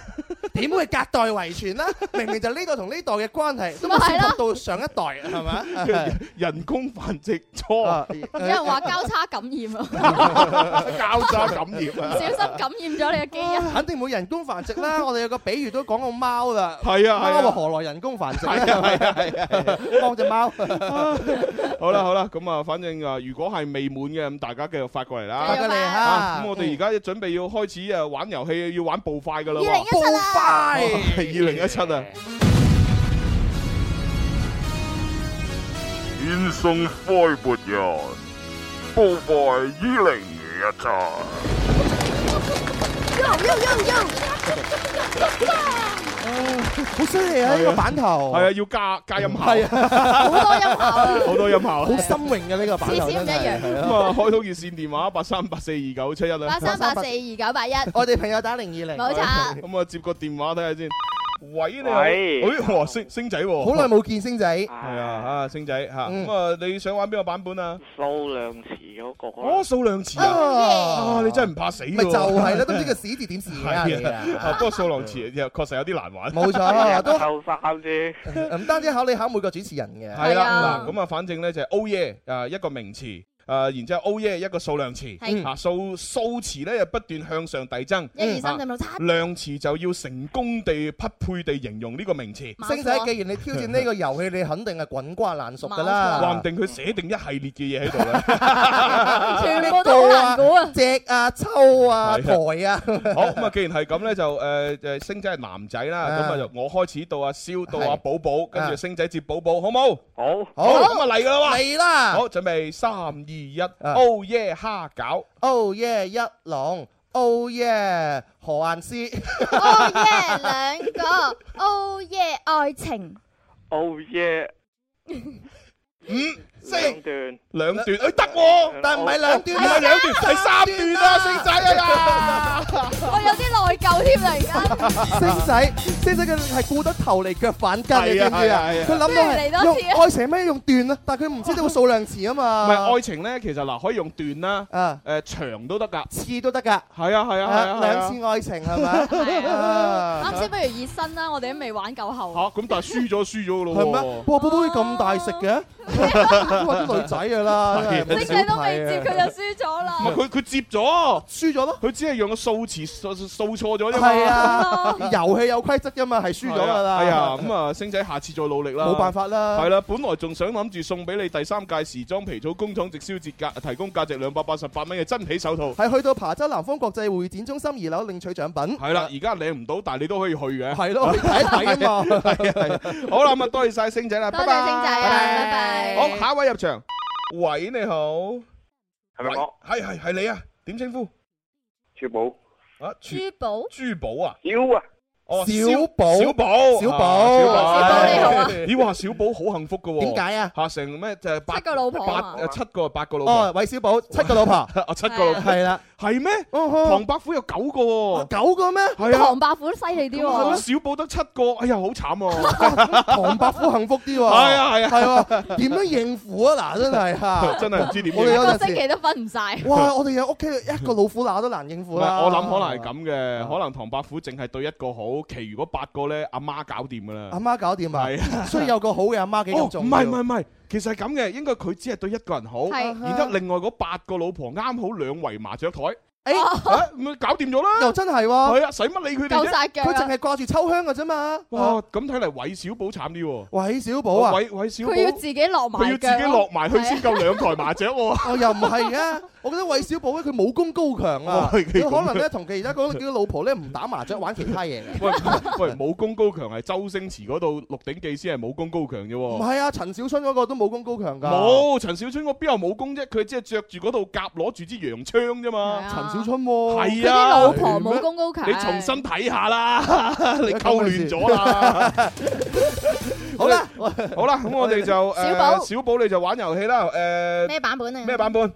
點會隔代遺傳
(laughs)
啦？明明就呢代同呢代嘅關係，都冇
咪係
涉
咯
及到上一代，係咪啊？
人工繁殖錯，
(laughs) 有人話交叉感染啊，
(laughs) 交叉感染 (laughs)
唔
啊
小心感染咗你嘅基因。
肯定冇人工繁殖
(laughs)
啦！我哋有個比喻都講過貓啦，
係啊係啊
貓話何來人工繁殖咧？
係
(laughs)
啊係啊係啊。
幫只貓。
好啦好啦，咁啊，反正啊，如果係未滿嘅，咁大家繼續發過嚟啦。
發過嚟嚇
啊咁我哋而家準備要開始啊玩遊戲，要玩步快噶啦喎。
快
(laughs) 二零一七啊！
天生快活人，暴快二零一七。
Yo, yo, yo, yo.
好犀利啊！呢個版頭
係啊，要加加音效， (laughs)
係啊好多音效啊
好多音效，
好心榮嘅呢個版頭次次唔一樣真係係啊
咁啊，開通熱線電話八三八四二九七一啊啦，
八三八四二九啊八一，
我哋朋友打零二零，
冇錯，
咁啊，接個電話睇下先。喂，你好，
喂
哎，哇，星星仔喎，
好耐冇見星仔。
係啊，啊，星仔吓，
嗯
咁啊，你想玩邊個版本啊？
數量詞嗰個
哦，數量詞啊，啊，你真係唔怕死喎
咪就係啦，都唔知個史字點寫啊你
係
啊！
啊，啊不過數量詞又確實有啲難玩。
冇 (laughs) 錯都
後生啲。
唔單止考你考每個主持人嘅，
係啦，嗱咁啊，反正咧就係 Oh yeah 啊一個名詞。誒，然之後 Oh yeah 一個數量詞，
係
啊數數詞咧就不斷向上遞增，
一二三四五六
啊
七
量詞就要成功地匹配地形容呢個名詞。
星仔，既然你挑戰呢個遊戲，你肯定係滾瓜爛熟㗎
啊
啦。
話唔定佢寫定一系列嘅嘢喺度咧。
全部都難估啊！隻啊、抽啊、台啊，
好咁啊，既然係咁咧，就誒誒星仔係男仔啦，
啊
咁啊就我開始到阿蕭到
係
阿寶寶，跟住星仔接寶寶，好冇？
好，
好咁啊嚟㗎啦喎，
嚟啦
好，準備三二一，Oh yeah 蝦餃。
Oh yeah 一龍，Oh yeah 何雁詩，
Oh yeah 兩個，Oh yeah 愛情，
Oh yeah，兩
五
段，
兩段，誒得喎，
但唔係兩段
唔係兩段，係三段啊，星仔
哎
啊呀！
我有啲內疚添 (laughs) 啦而家。
星仔，星仔佢係顧得頭嚟腳反筋，你知唔知
係啊
啊
係啊？
佢諗到係
不如嚟多次啊
用愛情咩用段啊，但係佢唔知道個數量詞啊
唔
嘛。
係愛情咧，其實嗱可以用段啦，誒長都得㗎，
次都得㗎，
係啊係啊係啊，
兩次愛情係咪？啊
啱先不如熱身啦，我哋都未玩夠
嚇
後。
咁，但係輸咗輸咗㗎
係咩？
咯
哇！寶寶咁大食嘅， (laughs) 都係啲女仔㗎啦，真係
係啊
星
冇小
仔都
睇
未
啊
接佢就輸咗啦
喎，唔。係佢佢接咗，
輸咗咯，
佢只係用個數詞數數錯咗啫嘛，
係啊，遊戲有規則㗎嘛，係輸咗㗎啦。
係啊，咁啊，星仔下次再努力啦。
冇辦法啦
係啦，本來仲想諗住送俾你第三屆時裝皮草工廠直銷節價，提供價值兩百八十八蚊嘅真皮手套。
係去到琶洲南方國際會展中心二樓領取獎品。 (laughs)
係啦，而家領唔到，但係你都可以去嘅。
係咯去睇一睇啊嘛
(laughs) 係啊係啊好啦，咁啊，多謝晒星仔啦，
多謝
拜
星
拜
仔啊拜拜
好，下一位入場。喂，你好。係
咪我？
係係係你啊？點稱呼？
珠寶。
啊，珠
珠寶。
珠寶啊？
妖啊！
哦，
小寶
小寶，
小寶
啊小寶，
小寶你好啊
咦，哇，小寶好幸福噶喎。
點解啊？
吓，成咩就係八
七個老婆啊
八呃誒七個八個老
哦，
婆，
韋小寶七個老婆，
(laughs) 啊七個老婆
係
(laughs)
啦，
係咩？
呵
唐伯虎有九個喎，
九個
(laughs)
咩？
係啊
唐伯虎犀利啲
係咩
喎，
小寶得七個，哎呀，好慘
(laughs)
喎。
唐伯虎幸福啲喎。
係啊係啊
係喎，點樣應付啊？ (laughs) 嗱，真係
(laughs)
嚇，
真係唔知點
我哋 (laughs) 有
一個
陣
星期
時，
都分唔晒。
(laughs)
哇！我哋有屋企一個老虎乸都難應
唔
付啦。
係我諗可能係
啊
咁嘅，可能唐伯虎淨係對一個好，其餘嗰八個咧阿媽搞掂噶啦。
阿媽搞掂
係啊
啊， (laughs) 所以有個好嘅阿媽幾咁
哦，唔
重要。
係唔係唔係，其實係咁嘅，應該佢只係對一個
(laughs)
人好，
係
然之後另外嗰八個老婆啱好兩圍麻
(laughs)
雀台，
誒，
啊咁啊搞掂咗啦。
又真係喎，
係啊，使乜理佢哋
夠
啫？
晒腳
佢淨
啦，
係掛住抽香嘅啫嘛。
哇，咁睇嚟韋小寶慘啲喎。
韋小寶啊！
韋韋小寶
佢要自己落埋
佢要
腳
自己落埋去
係啊
先夠兩台麻雀
(laughs)
喎。
哦，又唔係嘅， (laughs) 我覺得韋小寶咧，佢武功高強啊
哦，係 (laughs) 佢
佢可能咧同佢而家嗰幾個老婆咧唔打麻雀，玩其他
(laughs)
嘢嘅。
喂喂，武功高強係周星馳嗰度《鹿鼎記》先係武功高強啫
唔
喎。
係啊，陳小春嗰個都武功高強㗎。，
冇陳小春嗰邊有武功啫，佢只係着住嗰套夾攞住支洋槍啫
係
嘛。
啊
陳小春喎，
佢
係
啲
啊，
老婆武功高強。
你重新睇下 (laughs) 啦，你溝亂咗 (laughs) 啦。
好
(laughs)
啦，
好啦，咁我哋就
小寶
誒小寶你就玩遊戲啦。誒
咩版本啊？
咩版本？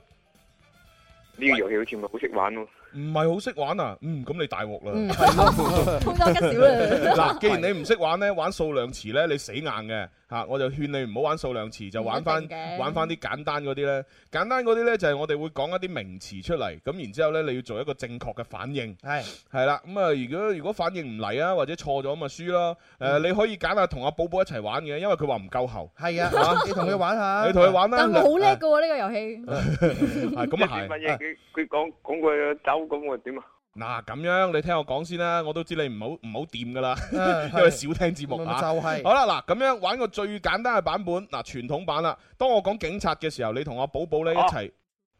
呢個遊戲好似唔係好識玩喎。
唔係好識玩啊？嗯，咁你大鑊啦。
嗯，係咯，
通多吉少 (laughs) 啦。
嗱，既然你唔識玩咧，玩數量詞咧，你死硬嘅嚇，我就勸你唔好玩數量詞，就玩
唔
翻
(laughs) 一定嘅
玩翻啲簡單嗰啲咧。簡單嗰啲咧就係我哋會講一啲名詞出嚟，咁然之後咧你要做一個正確嘅反應，
係
係啦。咁啊，如果如果反應唔嚟啊，或者錯咗咁啊輸啦。
嗯
誒，你可以揀下同阿寶寶一齊玩嘅，因為佢話唔夠喉，
(laughs) 係啊，你同佢玩下，
你同佢玩啦。
但我好叻噶喎呢個遊戲，
即係
係咁
點
啊
乜
係。
嘢？佢佢講講佢走咁我點
(laughs)
啊？
嗱咁樣，你聽我講先啦，我都知你唔好唔好掂噶啦，
啊
因為少聽節目
咪咪
啊。
就係
好啦，嗱咁樣玩個最簡單嘅版本，嗱傳統版啦。當我講警察嘅時候，你同阿寶寶咧一齊，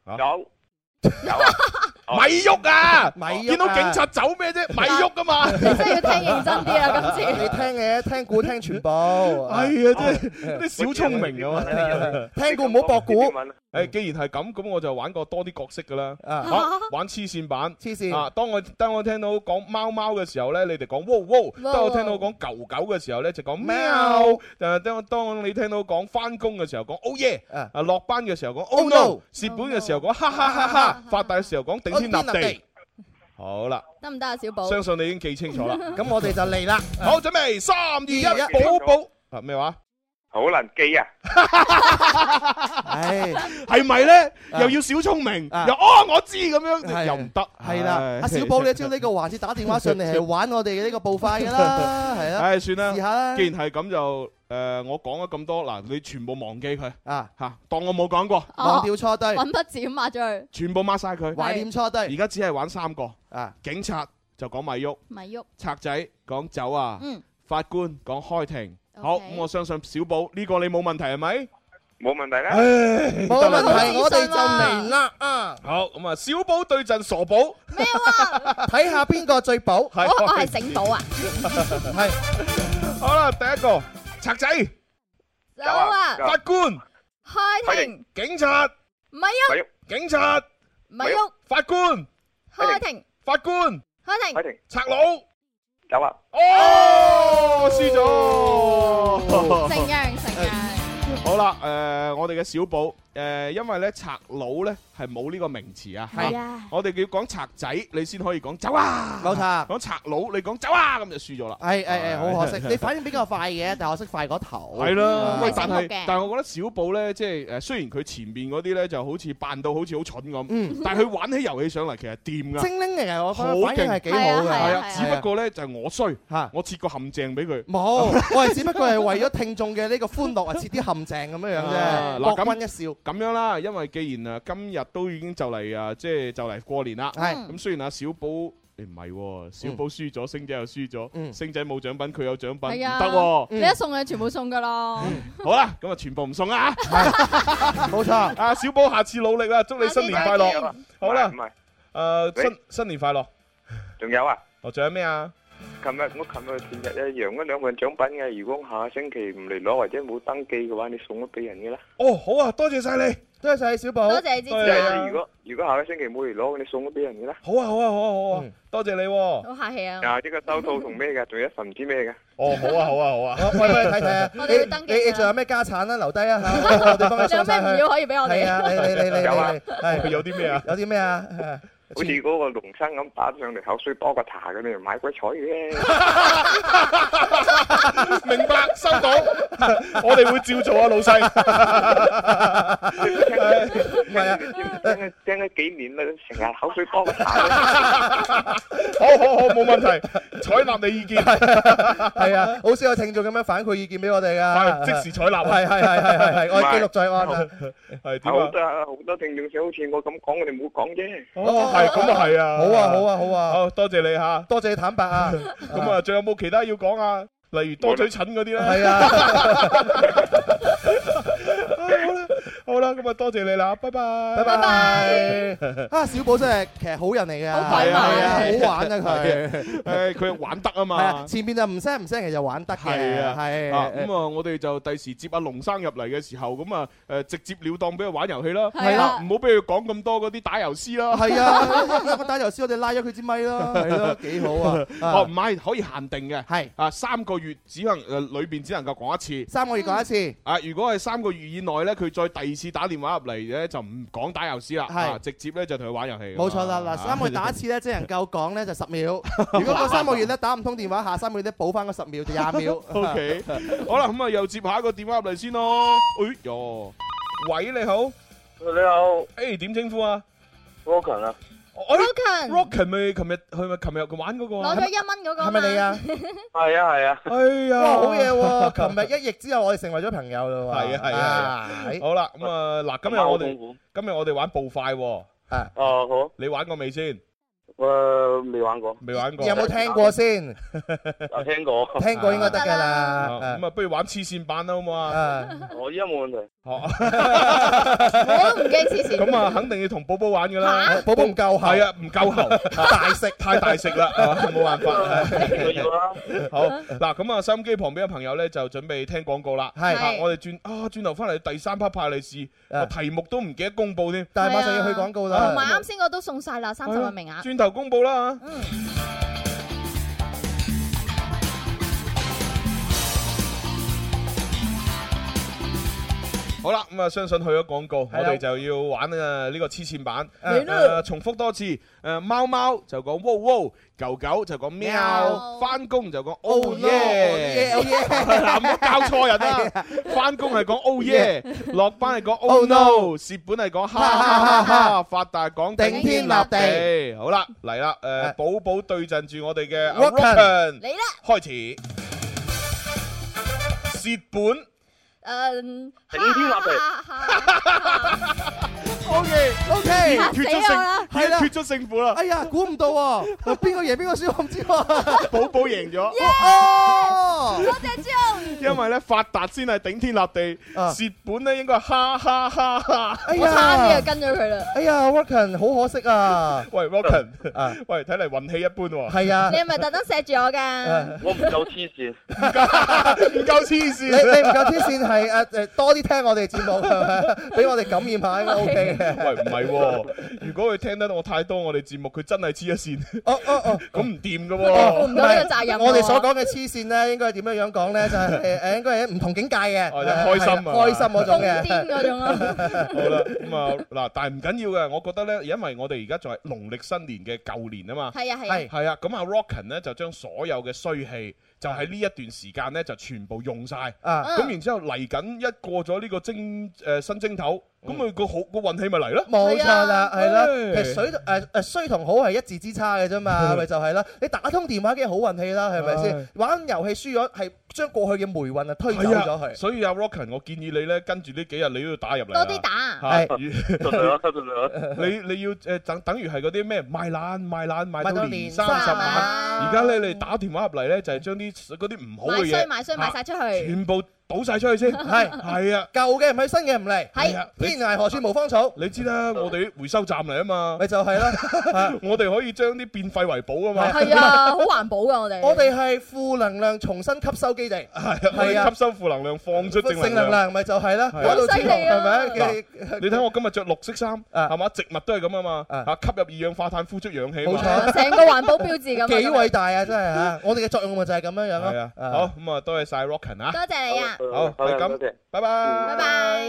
啊
有
哦
(laughs) 咪喐啊！
咪喐啊
見到警察走咩啫？咪喐啊嘛！
你真係要聽
認真啲啊今次
(laughs) 你聽嘅，聽股聽全部。Ờ.
係 (laughs) 啊，
哦
真係啲小聰明
Ờ.
啊嘛！
聽股唔好博股。
誒，既然係咁，咁我就玩過多啲角色噶啦，
啊
嚇玩黐線版，
黐線
啊！當我當我聽到講貓貓嘅時候咧，你哋講哇哇；當我聽到講狗狗嘅時候咧，就講喵；誒，當當你聽到講翻工嘅時候講 oh yeah，啊落班嘅時候講 oh no，蝕本嘅時候講哈哈哈哈，發達嘅時候講頂天立地。好啦，
得唔得啊，小寶？
相信你已經記清楚 (laughs) 啦。
咁我哋就嚟啦。
好，準備三二一
二一，
寶寶啊咩話？
好難記啊！
唉，
係咪咧？又要小聰明，又哦我知咁樣，又唔得。
係啦，
唉
阿小
(laughs)
寶，你知道呢個環節打電話上嚟係玩我哋嘅呢個步快㗎啦，係啊。
唉，算啦。
試下啦
既然係咁就誒，我講咗咁多嗱，你全部忘記佢
啊
嚇，當我冇講過，
Ờ,
忘掉初低，
揾筆剪抹咗佢，
全部抹晒佢，
懷念初低。
而家只係玩三個
啊，
警察就講咪喐，
咪喐。
賊仔講走啊
嗯，
法官講開庭。好，咁我相信小寶呢個你冇問題係咪？
冇問題啦。
唉
冇問題，
得
我哋就嚟啦啊！
好咁啊，小寶對陣傻寶，
睇下邊個最寶。
係
我我係醒到啊！
係
好啦，第一個賊仔，
走啊！
法官，
開庭，
警察，
咪喐，
警察，
咪喐，
法官，
開庭，
法官，
開庭，
賊佬，
走啊！
哦，輸
成
咗。
樣成樣，
好啦，誒，我哋嘅小寶，誒，因為咧賊佬咧係冇呢個名詞啊，
係
啊，
我哋要講賊仔，你先可以講走啊，
冇錯
講賊佬，你講走啊，咁就輸咗啦。
係係係，好可惜，你反應比較快嘅，但我識快過頭。
係啦，喂，
嗯
但
醒目嘅
係但係，我覺得小寶咧，即係誒，雖然佢前面嗰啲咧就好似扮到好似好蠢咁
嗯，
但係佢玩起遊戲上嚟其實掂㗎，
精靈嚟嘅，我覺
好
得反應
勁
係幾好嘅。
係
係
啊
啊，
à.
只不過咧就係我衰
嚇，
我設個陷阱俾佢。
冇，我係只不過係為咗聽眾嘅呢個歡樂啊，設啲陷阱咁樣樣
啊
啫，
嗱
博
咁
君一笑。
咁樣啦，因為既然啊今日都已經就嚟啊，即係就嚟過年啦。
嗯
係
Ừ.
咁，雖然阿小寶誒唔係喎，小寶輸咗，星仔又輸咗，
嗯
星仔冇獎品，佢有獎品，唔
係
得
啊
喎。
你一送佢全部送噶咯，
好啦，咁啊全部唔送啦嚇。
冇錯。
阿小寶下次努力啦，祝你新年快
下次再
樂
見。
好啦
唔，係，
誒新新年快樂。
仲有啊！
我仲有咩啊？
琴日我琴日前日一樣嗰兩份獎品嘅，如果下星期唔嚟攞或者冇登記嘅話，你送咗俾人嘅啦。
哦，好啊，多謝晒你。
多謝晒小寶。
多謝你
即
支
係
持
啊
啊！
係如果如果下個星期冇嚟攞，你送咗俾人嘅啦。
好啊，好啊，好啊，好啊
嗯，
多謝你
好
喎。
客氣啊！
Dạ.
啊，呢個手套同咩㗎？仲有一份唔知咩㗎？
哦，好啊，好啊，好啊。
我喂喂，睇睇啊！
我哋要登記
你
啊
你你仲有咩家產啊？留低啊！嚇我哋幫
你
你
有
送
咩
晒
唔
佢。
要可以俾我
係
哋？
啊，你你你你你
有啊
係
(laughs) 佢有啲咩啊？
有啲咩啊？係
好似嗰個龍生咁打上嚟，口水多過茶咁，你買鬼彩嘅。
(laughs) 明白，收到。 (laughs) 我哋會照做啊，老細。
唔係啊，聽咗聽咗幾年啦，成日口水多過茶。
好好好，冇問題，採納你意見，
係啊，好少有聽眾咁樣反饋意見俾我哋噶。
係即時採納啊。
係係係係係係，我哋記錄在案啊。
係點
好
啊？
多好多聽眾想好似我咁講，我哋冇講啫。
哦，係咁啊，係啊。
好啊好啊好啊
好多謝你吓。
多謝你坦白啊。
咁啊，仲有冇其他要講啊？例如多嘴蠢嗰啲咧。
係啊，
好啦，咁啊，多謝你啦，拜拜。
拜拜。 (laughs) 啊，小寶真係其實好人嚟嘅，
好鬼
係啊係啊
好玩啊佢。
誒，佢玩得啊
係啊，
嘛。
前面就唔聲唔聲，其實就玩得嘅。
係啊，
係
啊咁啊，我哋就第時接阿龍生入嚟嘅時候，咁啊誒直接了當俾佢玩遊戲啦，
係
啦，
啊
唔好俾佢講咁多嗰啲打油詩啦。
係啊，我打遊戲我哋拉咗佢支咪
(laughs)
咯，係咯，幾好啊！
哦，唔係可以限定嘅，
係
啊三個月只能誒裏邊只能夠講一次。
三個月講一次，
啊！如果係三個月以內咧，佢再第二次打電話入嚟咧，就唔講打遊詩啦，
係
啊直接咧就同佢玩遊戲。
冇錯啦。嗱，三個月打 (laughs) 一次咧，只能夠講咧就十秒。如果嗰三個月咧打唔通電話，下三個月咧補翻個十秒就
(laughs)
廿秒。
O K，好啦，咁啊又接下一個電話入嚟先咯。哎呦，喂，你好，
你好，
誒點稱呼啊？
我強啊，
哎
Broken
Rock 係咪琴日佢咪琴日佢玩嗰個
攞
啊？
咗一蚊嗰個
係咪你
啊
啊？
係啊係啊，
哎呀，
哇，好嘢喎！琴日一役之後，我哋成為咗朋友啦喎。
係啊係啊
啊
好啦，咁啊嗱，今日我哋今日我哋玩步快喎，
啊！
哦
你玩過未先？
誒未玩
(laughs)
過，
未玩過。
有冇聽
(laughs)
過先？
有聽過，
聽過應該得㗎啦。
啊咁啊，不如玩黐線版啦，好唔好啊？
我依家冇問題。
我
都唔驚黐線
咁啊，肯定要同寶寶玩㗎啦。
寶寶唔夠喉
係啊，唔夠喉，
大食
太大食啦，係嘛冇辦
佢要
法。
啦。
好嗱，咁啊，收音機旁邊嘅朋友咧就準備聽廣告啦。
係
啊我哋轉啊，轉頭翻嚟第三 part 派利是，我題目都唔記得公佈添。
但係馬上
à.
要去廣告
同埋啱先我都送晒啦，三十個名額。
轉頭公佈啦。好啦，咁啊，相信去咗廣告，我
係啦
哋就要玩啊呢個黐線版。
嚟啦
誒重複多次，誒貓貓就講喔喔，狗狗就講喵，
喵
翻工就講 oh
yeah, oh
yeah，
yeah
(laughs) 嗱唔好教錯人啦。翻工係講 oh yeah，落班係講 oh
Oh
no，蝕本係講哈哈哈哈，發達講
頂天立地
誒好啦，嚟啦，
啊
誒寶寶對陣住我哋嘅阿
Rockin
Rockin
嚟啦，
開始蝕本。
誒，
頂天立地。O K
O K，
已經決咗勝，已經決咗勝負啦。
哎呀，估唔到喎，邊個贏邊個輸我
(laughs)
唔知喎。哎
寶寶贏咗，
哦，
多謝朱
因為咧發達先係頂天立地，
啊
蝕本咧應該係哈哈哈哈。
哎
我差啲啊就
呀，
跟咗佢啦。
哎呀，Workin 好可惜啊。
喂，Rockin，喂，睇嚟運氣一般喎。
(laughs) 係啊
你係咪特登錫住我
Ờ,
㗎？
我唔夠黐
(laughs)
線，
唔夠黐線。
你你唔夠黐線係啊誒誒多啲聽我哋節目係咪，俾我哋感染下應該
(laughs)
O K 嘅。
喂，唔係喎，如果佢聽得我太多我哋節目，佢真係黐一線。
哦哦哦，
咁唔掂噶
哦 (laughs)
喎。
唔到呢個責任喎
我哋所講嘅黐線咧，應該係點樣樣講咧？
(laughs)
就係誒應該係唔同境界嘅，
哦即係開心啊
係開心嗰種
(laughs)
嘅，
瘋癲嗰種咯。
好啦，咁啊嗱，但係唔緊要嘅，我覺得咧，因為我哋而家仲係農曆新年嘅舊年啊嘛，
係啊係啊係
係啊，咁啊 Rockin 咧就將所有嘅衰氣。就喺呢一段時間咧，就全部用晒。
啊
Ờ,
咁然之後嚟緊一過咗呢個蒸誒新蒸頭，咁佢個好個運氣咪嚟咯。
冇錯啦，係啦，
唉
其實水誒誒衰同好係一字之差嘅
(laughs)
啫嘛，咪就係啦。你打通電話已經好運氣啦，係咪
唉
先？玩遊戲輸咗係將過去嘅霉運啊推走
係
咗
啊，
佢。
所以阿 Rockin，我建議你咧跟住呢幾日你都要打入嚟啦。
多啲打
嚇
係
得罪啦，得罪啦。
你你要誒等等於係嗰啲咩賣懶賣懶賣
賣
到
到
年
年
三十
三
晚，而家咧你打電話入嚟咧就係將啲嗰啲唔好
賣
嘅
衰
嘢
賣衰賣晒出去。
全部倒晒出去 (laughs) 先，
係
係啊，
舊嘅唔去，新嘅唔嚟。
係
啊你
天涯何處無芳
(laughs)
草，
你知啦，我哋啲回收站嚟啊嘛，
咪就係啦。
我哋可以將啲變廢為寶啊嘛，
係啊，好環保㗎我哋。
我哋係負能量重新吸收基地，
係
係
啊，
啊
吸，收負能量放出正
正
能
能
量。
量咪就係啦，
係啊
嗰度
好犀利啊
係咪？
你睇我今日着綠色衫，
à,
係嘛？植物都係咁啊嘛，
啊
嚇吸入二氧化碳，呼出氧氣啊嘛。
冇錯
成個環保標誌咁啊。
幾
咁樣
偉大啊！真係嚇，我哋嘅作用咪就係咁樣樣
係啊
咯。，
好咁啊，多謝晒 Rockin 啊，
多謝你啊！
好係
多
咁
謝，
拜
拜
拜。
拜。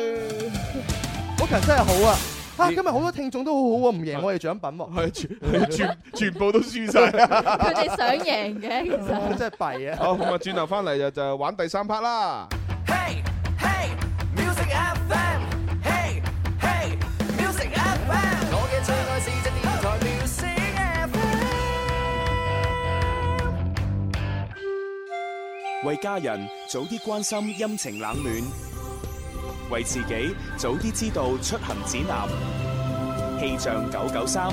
好勤真係好啊！嚇，今日好多聽眾都好好喎，唔贏我哋獎品喎。
係全全全部都輸晒。
佢哋想贏嘅其實。
真係弊啊！
(laughs) 好咁啊，轉頭翻嚟就就玩第三 part 啦。
Hey, hey, music FM. Hey, hey, music FM. 我嘅最愛是只電台 music FM。
为家人早啲关心阴晴冷暖，为自己早啲知道出行指南。气象九九三，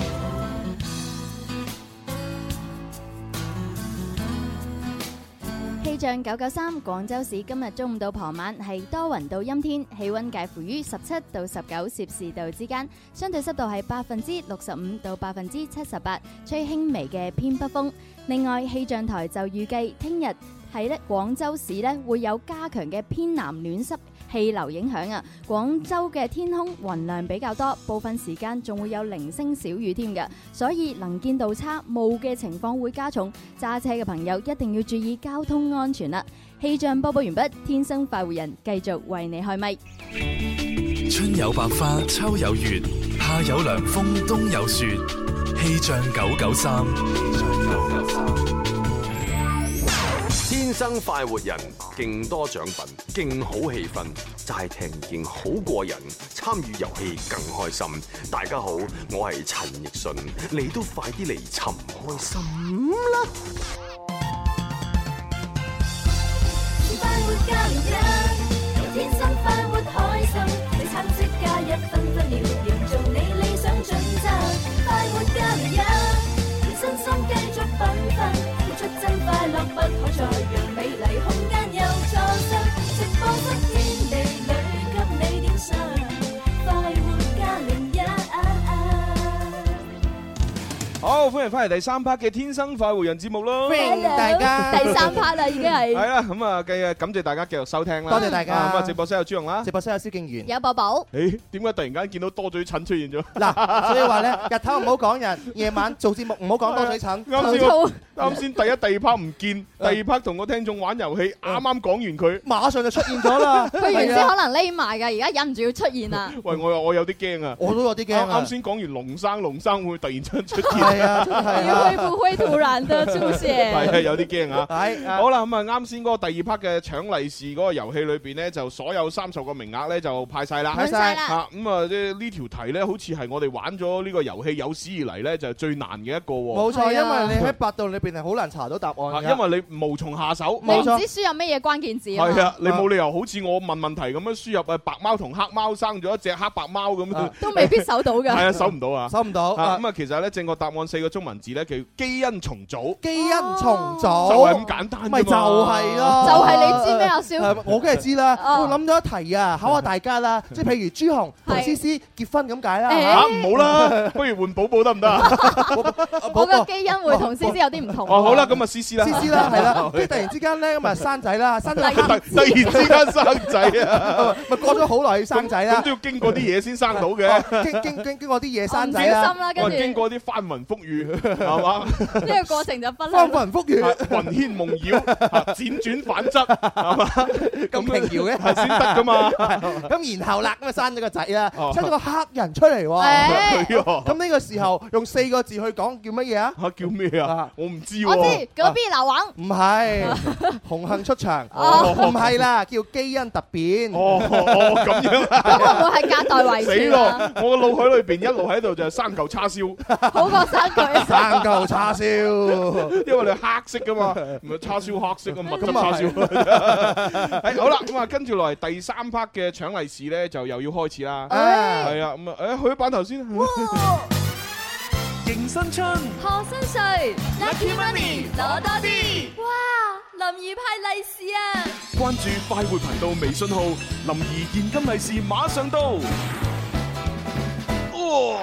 氣象九九三，廣州市今日中午到傍晚係多雲到陰天，氣温介乎於十七到十九攝氏度之間，相對濕度係百分之六十五到百分之七十八，吹輕微嘅偏北風。另外，氣象台就預計聽日喺咧廣州市咧會有加強嘅偏南暖濕氣流影響啊，廣州嘅天空雲量比較多，部分時間仲會有零星小雨添嘅，所以能見度差、霧嘅情況會加重，揸車嘅朋友一定要注意交通安全啦。氣象播報完畢，天生快活人繼續為你開咪。
春有百花，秋有月，夏有涼風，冬有雪。氣象九九三，
天生快活人，勁多獎品，勁好氣氛，齋聽見好過癮，參與遊戲更開心。大家好，我係陳奕迅，你都快啲嚟尋開心啦！
快活家人一，天生快活開心。你參即加一，分分秒，營造你理想準則。快活家人一，
好，歡迎翻嚟第三 part 嘅《天生快活人》節目咯，
歡迎大家第三 part 啦已經係
(laughs) 系啦，咁啊，繼感謝大家繼續收聽啦，
多謝大家
啊咁啊，直播室有朱容啦，
直播室有蕭敬元。
有寶寶，
誒，點解突然間見到多嘴襯出現咗？
嗱，所以話咧，日頭唔好講人，夜晚做節目唔好講多嘴疹。
啱先 (laughs) 我，啱先第一、第二 part 唔見，
Ờ。
第二 part 同個聽眾玩遊戲，啱啱講完佢，
馬上就出現咗啦
佢原
啊
先可能匿埋㗎，而家忍唔住要出現啊
(laughs)
啦。
喂，我我有啲驚啊！
我都有啲驚啊
啱先講完龍生，龍生會突然間出現，
(laughs) 係啊真係啊
會不會突然地出現
(laughs) 係啊，有啲驚啊！
係啊
好啦，咁啊，啱先嗰個第二 part 嘅搶利是嗰個遊戲裏邊咧，就所有三十個名額咧就派晒啦，
派晒啦
啊！咁啊，呢呢條題咧，好似係我哋玩咗呢個遊戲有史以嚟咧就係最難嘅一個喎。
冇錯，因為你喺百度裏邊係好難查到答案
啊
㗎。
因為你無從下手，
你唔知輸入乜嘢關鍵字啊嘛？
係啊，你冇理由好似我問問題咁樣輸入啊白貓同黑貓生咗一隻黑白貓咁樣，
都未必搜到㗎
係啊，搜唔到啊，
搜唔到
啊
啊
咁啊，其實咧正確答案四個中文字咧叫基因重組。
基因重組
就係咁簡單啫嘛
咪就係咯，
就
係你知咩啊哦蕭
係我梗係知啦，我諗咗一題啊，考下大家
(laughs)
啦，即係譬如朱紅同思思結婚咁解啦，
嚇啊唔好啦，不如換寶寶得唔得啊？
我個基因會同思思有啲唔同。
哦，好啦，咁啊，思思啦，
思思啦，係啦，跟住突然之間咧，
(laughs)
咁啊生仔啦，生仔
突 (laughs) 突然之間生仔啊，
咪過咗好耐生仔啦
咁都，要經過啲嘢先生到
啊哦
嘅，
經經經經過啲嘢生仔啦，
啊
哇經過啲翻雲覆雨 (laughs) 係嘛？啊
呢個過程就不嬲。
翻雲覆雨，
雲牽夢繞，啊輾轉反側，係嘛？
咁平遙嘅
啊係先得㗎嘛
(laughs) 咁然後啦，咁啊生咗個仔啦，
哦
生咗個黑人出嚟
哎
喎。
呀
咁呢個時候用四個字去講叫乜嘢啊？
嚇叫咩啊？我唔知喎。
我知嗰邊流玩。
唔係，紅杏出牆，
哦
唔係啦，叫基因突變。
哦哦咁樣啊
(laughs)
咁會唔會係隔代遺
死
傳
咯
啊？！
我個腦海裏邊一路喺度就係生嚿
(laughs)
叉燒，
好過生佢。
生嚿叉燒，
因為你黑色
(laughs)
噶嘛，唔係叉燒黑色嘅蜜汁
咁啊
叉
係
燒。 (laughs) 係好啦，咁啊跟住落嚟第三 part 嘅搶利是咧，就又要開始啦。
哎
係啊，咁啊，誒去咗版頭先。
迎新春，
贺新岁，Lucky Money 攞多啲。哇，林怡派利是啊！
關注快活頻道微信號，林兒現金利是馬上到。
好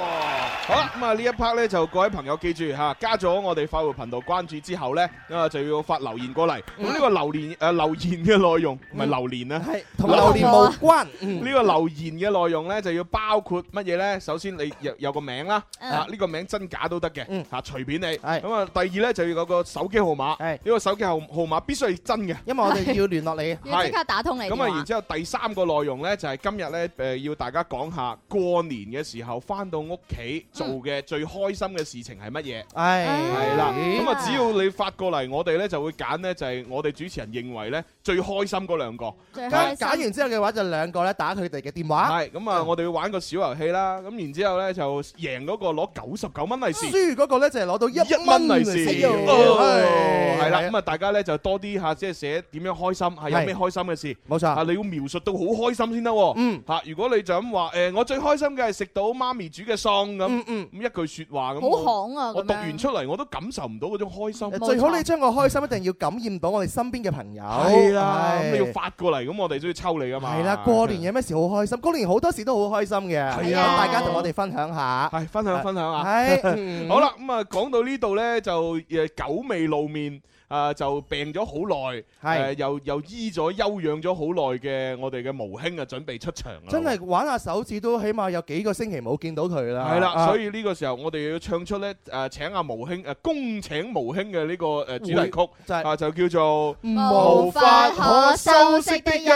啦，咁啊呢一 part 咧就各位朋友記住吓，加咗我哋快活頻道關注之後咧，啊就要發留言過嚟。咁呢個留言誒留言嘅內容唔係留言啊，係
同榴蓮無關。
呢個留言嘅內容咧就要包括乜嘢咧？首先你有有個名啦，啊呢個名真假都得嘅，嚇隨便你。咁啊第二咧就要有個手機號碼，呢個手機號號碼必須係真嘅，
因為我哋要聯絡你
要即刻打通你電
咁
話
啊，然之後第三個內容咧就係今日咧誒要大家講下過年嘅時候翻到屋企做嘅最開心嘅事情係乜嘢？
唉
係啦，
哎
咁啊只要你發過嚟，我哋咧就會揀呢，就係我哋主持人認為咧最開心嗰兩個。
加揀完之後嘅話，就兩個咧打佢哋嘅電話。
係咁啊，我哋要玩個小遊戲啦。咁然之後咧就贏嗰個攞九十九蚊利是。
輸嗰個咧就係攞到一
蚊
蚊
利
利
是，
是，
哦係啦，
係啊
咁啊大家咧就多啲嚇，即係寫點樣開心，係有咩
係
開心嘅事，
冇錯
啊你要描述到好開心先得喎，
嗯
嚇，如果你就咁話誒，我最開心嘅係食到媽咪煮嘅餸咁
嗯，嗯
咁一句説話咁，
好行啊
我
咁樣
讀完出嚟我都感受唔到嗰種開心，
最好你將個開心一定要感染到我哋身邊嘅朋友。
係啦，咁你要
係
發過嚟，咁我哋都要抽你噶嘛，
係啦，過年有咩事好開心？過年好多事都好開心嘅，
係啊
大家同我哋分享下。
係分享分享啊！
係嗯
好啦，咁啊講到呢度咧，就誒久未露面。啊，就病咗好耐，
係
誒又又醫咗休養咗好耐嘅我哋嘅毛兄啊，準備出場啦。
真係玩下手指都起碼有幾個星期冇見到佢啦。
係啦，
啊
所以呢個時候我哋要唱出咧誒請阿毛兄誒恭請毛兄嘅呢個誒主題曲，啊就叫做
無法可修飾的一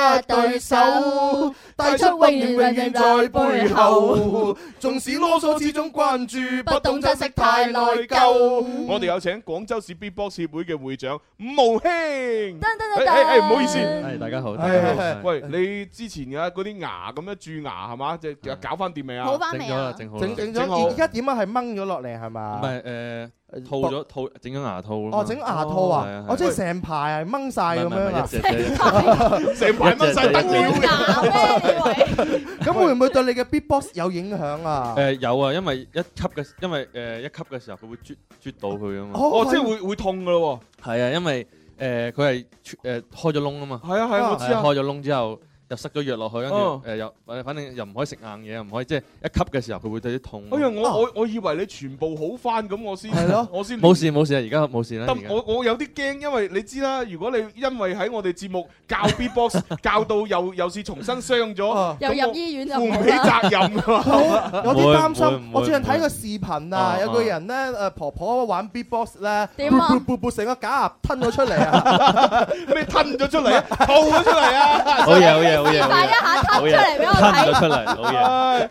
對手，帶出永遠永遠在背後。縱使囉嗦，始終關注，不懂珍惜太內疚。
我哋有請廣州市 B-box 協會嘅會長伍毛興。噔
噔噔
唔好意思，
係大家好大家好
係喂，
嗯
你之前嘅嗰啲牙咁樣蛀牙係嘛？即係搞翻掂未啊？
好返未啊整咗啦整好啦
整整
整
咗，
好
而家點啊？係掹咗落嚟係
唔
嘛？
係誒，套咗套整咗牙套啊嘛
哦，整牙套
係係
啊！我即係
喂
成排係掹晒咁
唔係唔
樣
係
啊
一隻啫！
成排掹晒得了
咁會唔會對你嘅 beatbox 有影響啊？
誒有啊，因為一級嘅，因為誒一級嘅時候佢會啜啜到佢啊嘛。
哦哦即係
會會痛噶咯
呃喎。係啊，因為誒佢係誒開咗窿啊嘛。
係啊係啊我知啊
開咗窿之後，又塞咗藥落去，跟
哦
住誒又誒反正又唔可以食硬嘢，又唔可以即係一吸嘅時候佢會對啲痛。
哎呀，我我我以為你全部好翻咁，我先
係咯
(laughs) 我先
冇事冇事啊，而家冇事啦。
得
而家
我我有啲驚，因為你知啦，如果你因為喺我哋節目教 B-box (laughs) 教到又又是重新傷咗，
哦又
咁
入
我
醫院就
負唔
冇
起 (laughs)
啦
責任
(laughs)
我有
啊會唔
啲擔
會
心，我最近睇
唔
個視頻
啊
啊，有個人咧誒婆婆玩 beatbox 咧，
點啊
噗噗噗噗成個假牙吞咗出嚟啊！
咩吞咗出嚟啊？吐咗出嚟啊！
好嘢好嘢好嘢
快一下吞出嚟俾我
吞咗出
睇。
嚟，好嘢。
唉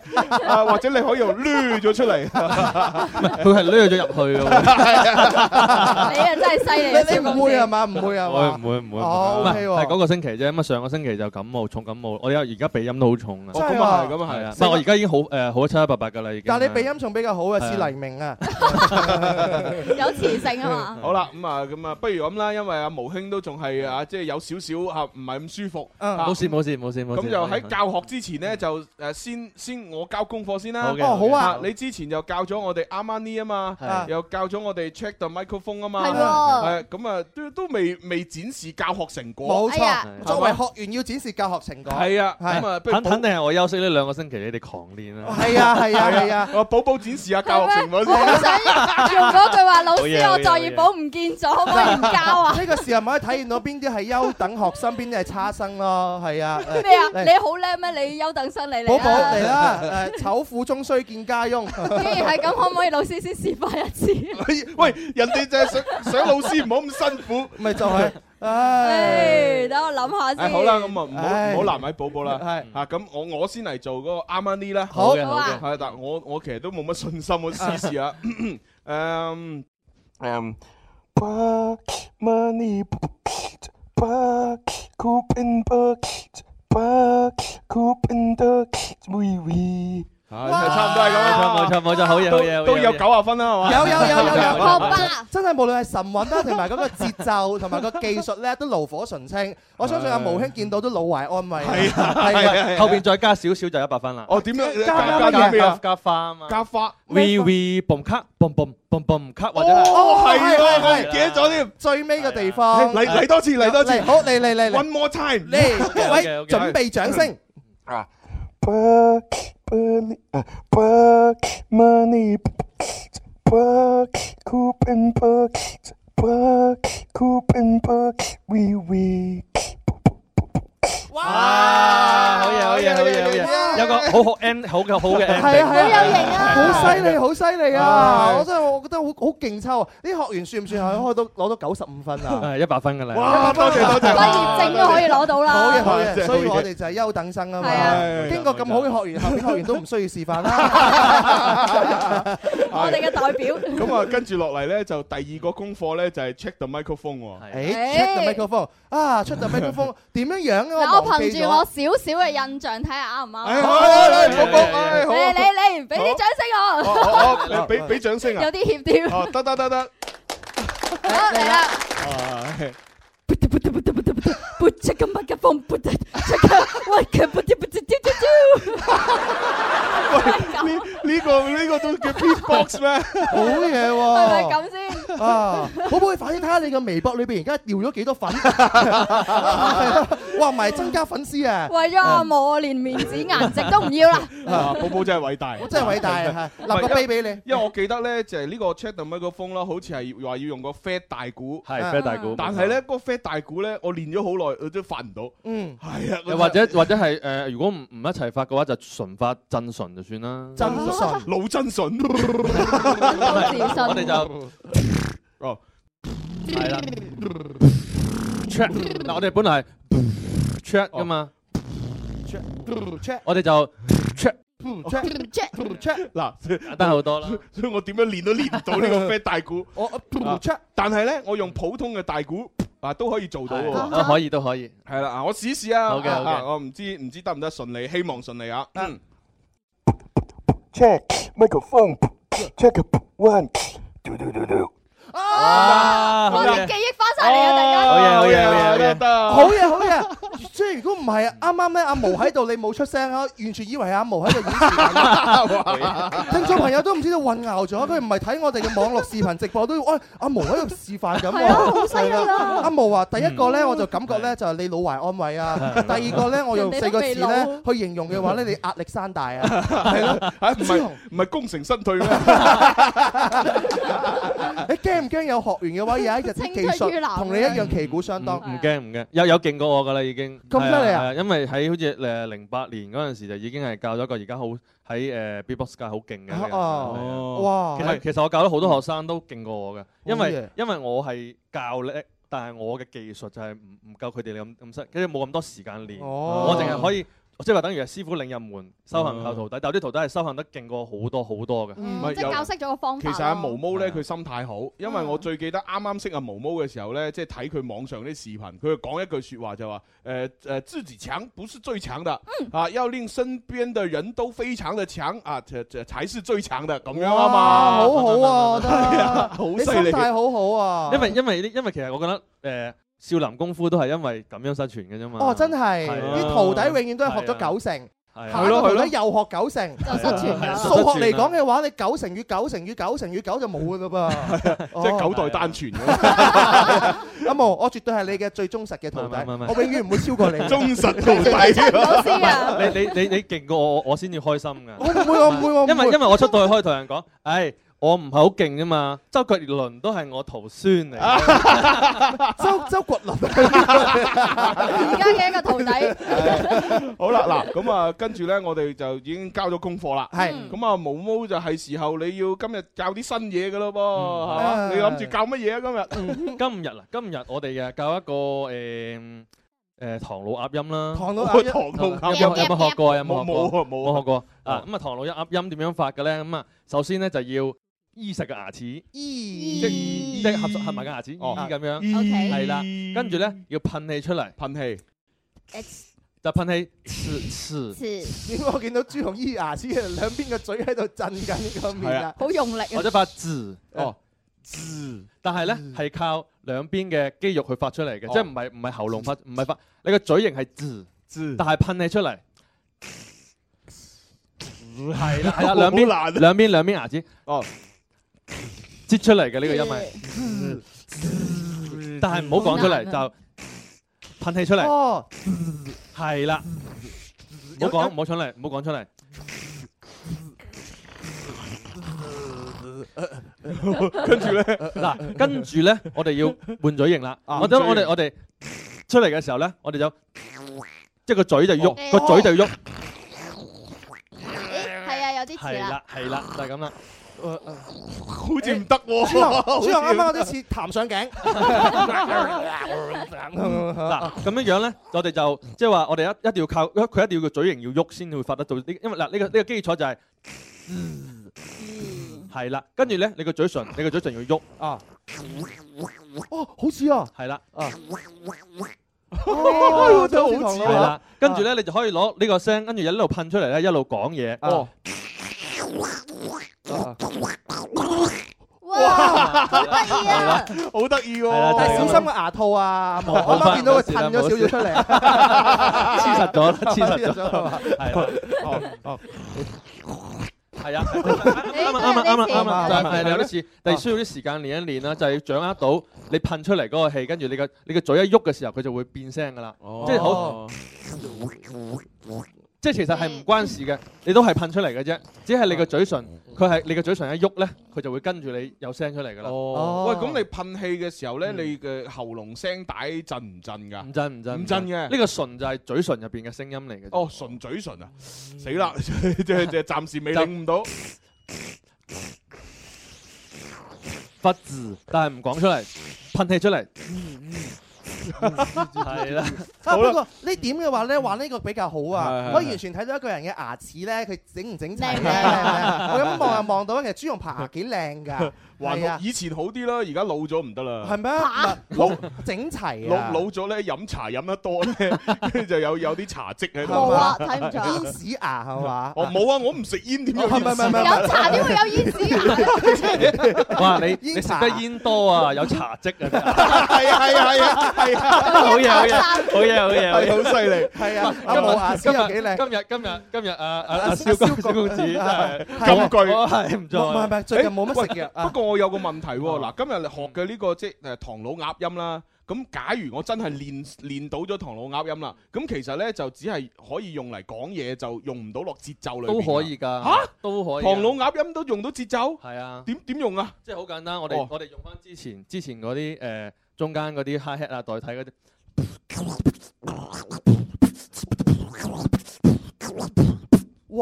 啊，或者你可以用捋咗出嚟，
佢係掠咗入去嘅喎。
你啊真係 (laughs) 犀利啊，
你
蕭
你
公
唔會
子
係嘛？唔會係
我
嘛？
唔會唔會，
哦
唔係
OK 喎
係嗰個星期啫。咁啊，上個星期就感冒，重感冒。我而家而家鼻音都好重啊。
真係啊
哦
咁啊係咁啊係
啊。唔係我而家已經好誒，好七七八八㗎啦，已經。
但係你鼻音仲比較好啊，
係啊
似黎明啊。
有磁性啊嘛。
好啦，咁啊，咁啊，不如咁啦，因為阿毛兄都仲係啊，即係有少少啊，唔係咁舒服。
嗯
啊
冇事冇事冇事冇事。
咁就喺教學之前呢，就誒先先我交功課先啦。
好嘅哦好啊
你之前就教咗我哋啱啱呢啊嘛
係，
又教咗我哋 check the microphone 啊嘛。
係喎
係咁啊，都都未未展示教學成果。
冇
哎
係嘛
錯，作為學員要展示教學成果。
係啊，咁啊，不如
肯肯定係我休息呢兩個星期，你哋狂練啦。
係啊係啊係啊！
我寶寶展示下教學成果
我好
先。
想用嗰句話，老
好嘢
師
好
我
嘢
作業簿唔見咗，可唔可以唔交
(laughs)
啊？
呢個時候咪可以體現到邊啲係優等學生，邊啲係差生咯，係啊。誒
咩啊？
嚟
你好叻咩？你優等生你嚟
寶寶
啦
嚟啦！誒，醜婦終須見家翁。
既然係咁，可唔可以老師先示範一次？
喂，人哋就係想想老師唔好咁辛苦。
咪就係，
(laughs)
唉。
誒，等我諗下
誒
先。
好啦，咁啊唔好
唉
唔好難為寶寶啦，
係
嚇咁我我先嚟做嗰個啱啱呢啦，
好嘅
好啊
係但我我其實都冇乜信心，我試試啊，誒誒
Buck money bucket, buck coupon bucket, buck coupon bucket, wee wee。
係差唔多係咁啦，
冇錯冇錯，好嘢好
都
嘢好嘢。
都有九啊分啦，係嘛？
有有有
(laughs)
有有，
學霸
真係無論係神韻啦，同埋嗰個節奏，同埋個技術咧，都爐火純青。我相信阿毛兄見到都老懷安慰。
係啊係啊係啊
後邊再加少少就一百分啦。
哦點樣
加
加
加
加啲咩
加
啊？
加花啊嘛。
加花
V V boom 卡 boom boom boom boom 卡或者係
哦
係
係
係
喎，我唔
係
記得咗添，
最尾嘅地方，
嚟嚟多次嚟多次
嚟好嚟嚟嚟嚟
，one more time，
嚟，各位
OK，OK，OK
準備掌聲。
Buck money, buck money, buck coupon bucket, buck coupon bucket, wee wee。
À,
啊，好嘢好嘢好嘢好嘢，有個好好 end 好嘅好嘅 end，
係啊係啊，
好有型啊
好犀利好犀利啊！
係
我真係我覺得好好勁抽啊！啲學員算唔算係可以到攞到九十五分啊？
係一百分㗎
(laughs)
啦。
哇多謝多謝，
畢業證都可以攞到
好嘅
啦。
好
真係
嘅，所以
好嘢
我哋就係優等生啊
係
嘛。
啊
經過咁好嘅學員，後邊學員都唔需要示 (laughs) 範啦。
我哋嘅代表。
咁啊跟住落嚟咧就第二個功課咧就係 check the microphone 喎。
誒
誒出個麥克風啊，出個麥 (laughs) 克風點樣樣啊？
嗱，我
忘記
憑
咗
住我少少嘅印象睇下啱唔
哎，
啱。
好，嚟嚟，寶寶，哎，好，
嚟嚟嚟，俾啲掌聲我，
哦
Ờ,
哦哦，俾俾掌聲啊
Dạ.
有！啲怯添。
哦，得得得得，
好嚟啦。
Ờ.
啊，係
不得不得不得不得不得，不这个麦克风不得，这个我可不得不得丢丢丢。
喂，呢呢個呢個都叫 beatbox 咩？
好嘢
(laughs) 係咪
喎！
咁先？
啊，可唔可以快啲睇下你個微博裏邊而家掉咗幾多 (laughs) 粉？哇，唔係增加粉絲啊！
為咗阿毛，我連面子顏值都唔要啦。
Ờ.
啊，寶寶真係偉大，
我真係偉大啊！係立個碑俾你。
因為我記得咧，就係呢個 check the microphone 啦，好似係話要用個 fat 大鼓，
係非大鼓，
但係咧嗰個 fat 大鼓咧，我練咗好耐，我都發唔到。
嗯，
係啊，
又或者或者係誒，如果唔唔一齊發嘅話，就純發真純就算啦。
真 (laughs) 純。
腦真純。
好自
我哋
信。
就
哦，
係啦。check 嗱，我哋本來係 check 噶嘛，
check
我哋就 check
check (laughs) check，
嗱，
簡單好多啦。
(laughs) 所以我點樣練都練唔到呢個 fat 大
(laughs)
鼓。
我 check
但係咧，我用普通嘅大鼓啊都可以做到
係
喎。
都可以都可以。
係啦，啊，我試試啊。
啊好嘅好嘅
啊我唔知唔知得唔得順利，希望順利啊。嗯
Check microphone. Check one. Do do do do.
哇！好
我啲
嘢
記憶翻晒嚟啊！大家
好嘢好嘢好嘢好嘢
得得。
好嘢好嘢，即係如果唔係啊，啱啱咧阿毛喺度，你冇出聲啊，完全以為阿毛喺度演示
(laughs) 哇
(laughs)
啊
緊。聽眾朋友都唔知道混淆咗，佢唔係睇我哋嘅網絡視頻直
(laughs)
播，都喂阿毛喺度示範咁
係啊好
喎。
犀利啊
係啦阿毛話第一個咧，我就感覺咧就係你老懷安慰啊。第二個咧，我用四個字
人哋都
咧去形容嘅話咧，你壓力
(laughs)
山大啊。
係咯，啊唔係唔係功成身退咩？
你驚唔驚有學員嘅話，有一日啲
青
技
出於藍
術同你一樣旗鼓相當？
唔驚唔驚，有有勁過我㗎啦已經。
咁犀利啊
係係因為喺好似誒零八年嗰陣時就已經係教咗一個而家好喺誒 B-box 界好勁嘅一個人。
(laughs) 哦哇
其實其實我教咗好多學生都勁過我嘅，因
好嘢
為因為我係教叻。但係我嘅技術就係唔唔夠佢哋咁咁識，跟住冇咁多時間練，
哦
我淨係可以即係話等於係師傅領入門，修行靠徒弟，但有啲徒弟係修行得勁過好多好多嘅。
唔係
即係
有
教識咗個方
其
法。
實阿毛毛
啊
咧，佢心態好，因為我最記得啱啱識阿毛毛嘅時候咧，即係睇佢網上啲視頻，佢講一句説話就話：誒誒，自己強不是最強的，
嗯
啊，要令身邊的人都非常的強啊，才才才是最強
(laughs)
的咁樣啊嘛，
好好啊，我覺
係啊
得，
好
你
犀利
心態好好啊。
因為因為因為其實我覺得誒、呃少林功夫都係因為咁樣失傳嘅啫嘛。
哦，真係
係啊
啲徒弟永遠都係學咗九成。
係啊
下一個徒弟又學九成，
就失傳啦係啊
數學嚟講嘅話，你九乘以九乘以九乘以九就冇噶啦
啊
噃。哦
即係九代單傳
(laughs)
咁。
阿毛，我絕對係你嘅最忠實嘅徒弟，
唔係唔係唔係
我永遠唔會
(laughs)
超過你。
忠實
(laughs) 徒弟
唔係你你你你勁過我，我我先至開心㗎。
我唔會，我唔會，我唔會
因為因為我出到去可以同人講，唉，我唔係好勁啫嘛，周杰倫都係我徒孫嚟嘅。
周周國啊林，
(laughs)
而家嘅一個徒弟，
好啦，嗱咁啊，跟住咧，我哋就已經交咗功課啦。
係
(laughs) 咁啊，毛毛就係時候你要今日教啲新嘢噶咯噃，係嘛？
啊
嗯
你諗住教乜嘢啊？今日
今日啊，今日我哋嘅教一個誒誒唐老鴨音啦。
唐老鴨音
嗯唐老
唐老鴨
鴨
音
音有冇學哦過？有
冇
冇學
冇
過？
啊冇啊
冇學過啊！咁啊，唐老鴨音點樣發嘅咧？咁啊，首先咧就要依實個牙齒。
咦
即係合作 E 合埋個牙齒，
哦
咦咁樣，
OK
係啦，跟住咧要噴氣出嚟，
噴氣
就噴氣，呲呲，
點解我見到朱紅依牙齒兩邊嘅嘴喺度震緊個面
係
啊
啊？
好用力啊
或者發字，
Ờ,
哦，
字，但係咧係靠兩邊嘅肌肉去發出嚟嘅，
哦
即係唔係唔係喉嚨發，唔係發，你個嘴型係字，
字，
但係噴氣出嚟，係啦係啦，
好
兩邊
難啊
兩邊兩邊牙齒，
哦，
擠出嚟嘅呢個音係，但係唔嗯好講出嚟
好難啊
就噴氣出嚟。
哦，
係啦，唔好講，唔好出嚟，唔好講出嚟。
跟住咧，
嗱，跟住咧，我哋要換嘴型啦。
啊
我等我哋我
換
哋出嚟嘅時候咧，我哋就即係個嘴就
哦
喐，個嘴就喐，
係啊，有啲似
係
啦。
啦係啦，就係咁啦。
好似唔得喎
朱紅
好，似
朱紅啱啱嗰啲似彈上頸。
嗱，咁樣樣咧，我哋就即係話，啊我哋一一定要靠佢一定要個嘴型要喐先會發得到呢，因為嗱呢個呢個基礎就係
嗯
係啦，跟住咧你個嘴唇，你個嘴唇要喐啊，
哦，好似啊，
係啦。
哦，真係好似
係啦
啊，，
跟住咧你就可以攞呢個聲，跟住一路噴出嚟咧，一路講嘢。
哦，
哇，好得意
係
啊
啦！
好得意
係啦
喎，但係小心個牙套啊！我啱啱見到佢褪咗少少出嚟，
黐實
(laughs)
咗啦，黐實咗
係嘛
啦，係啦，
哦哦，
係啊，啱啊啱啊啱啊啱啊，就係有啲似，但係需要啲時間練一練啦，就係要掌握到你噴出嚟嗰個氣，跟住你個你個嘴一喐嘅時候，佢就會變聲噶啦，
哦
即係好，即係其實係唔關事嘅，你都係噴出嚟嘅啫，只係你個嘴唇，佢係你個嘴唇一喐咧，佢就會跟住你有聲出嚟噶啦。
哦，喂，咁你噴氣嘅時候咧，你嘅喉嚨聲帶震唔震㗎？
嗯唔震唔震
唔震
呢
嘅。
個唇就係嘴唇入邊嘅聲音嚟嘅。
哦，唇嘴唇啊，死啦！ (laughs) 即係即係暫時未領唔到。
發字，但係唔講出嚟，噴氣出嚟。係啦，
啊，不過呢點嘅話咧，玩呢個比較好
係
啊！
係
可以完全睇到一個人嘅牙齒咧，佢整唔整齊
靚唔
咧。
靚啊
我咁望又望到，其實朱紅爬牙幾靚㗎，
還
係
好
啊，
以前好啲啦，而家老咗唔得啦。
係咩？
老
整齊
老
啊！
老咗咧，飲茶飲得多咧，跟住就有有啲茶漬喺度。
冇啊睇唔出啊煙屎牙係嘛
我冇啊，我唔食煙，點有
哦唔係唔係唔係飲
煙屎
茶
點會有煙屎牙？
哇！你你食得煙多啊，有茶漬啊。 (laughs)
係啊係啊係啊係啊！
好嘢好嘢好嘢好嘢，
好犀利係啊阿毛牙師又幾靚
今日今日今日啊啊啊蕭公蕭公子真係
咁句
係唔錯，
誒喂 (laughs) 不過我有個問題喎，嗱，今日學嘅呢個即係誒唐老鴨音啦。咁假如我真係練練到咗唐老鴨音啦，咁其實咧就只係可以用嚟講嘢，就用唔到落節奏裏邊
都
㗎
可以㗎，
嚇，
都可以㗎。
唐老鴨音都用到節奏，
係啊，
點點用啊？
即係好簡單，我哋
哦
我哋用翻之前之前嗰啲誒中間嗰啲 hi hat 啊代替嗰啲。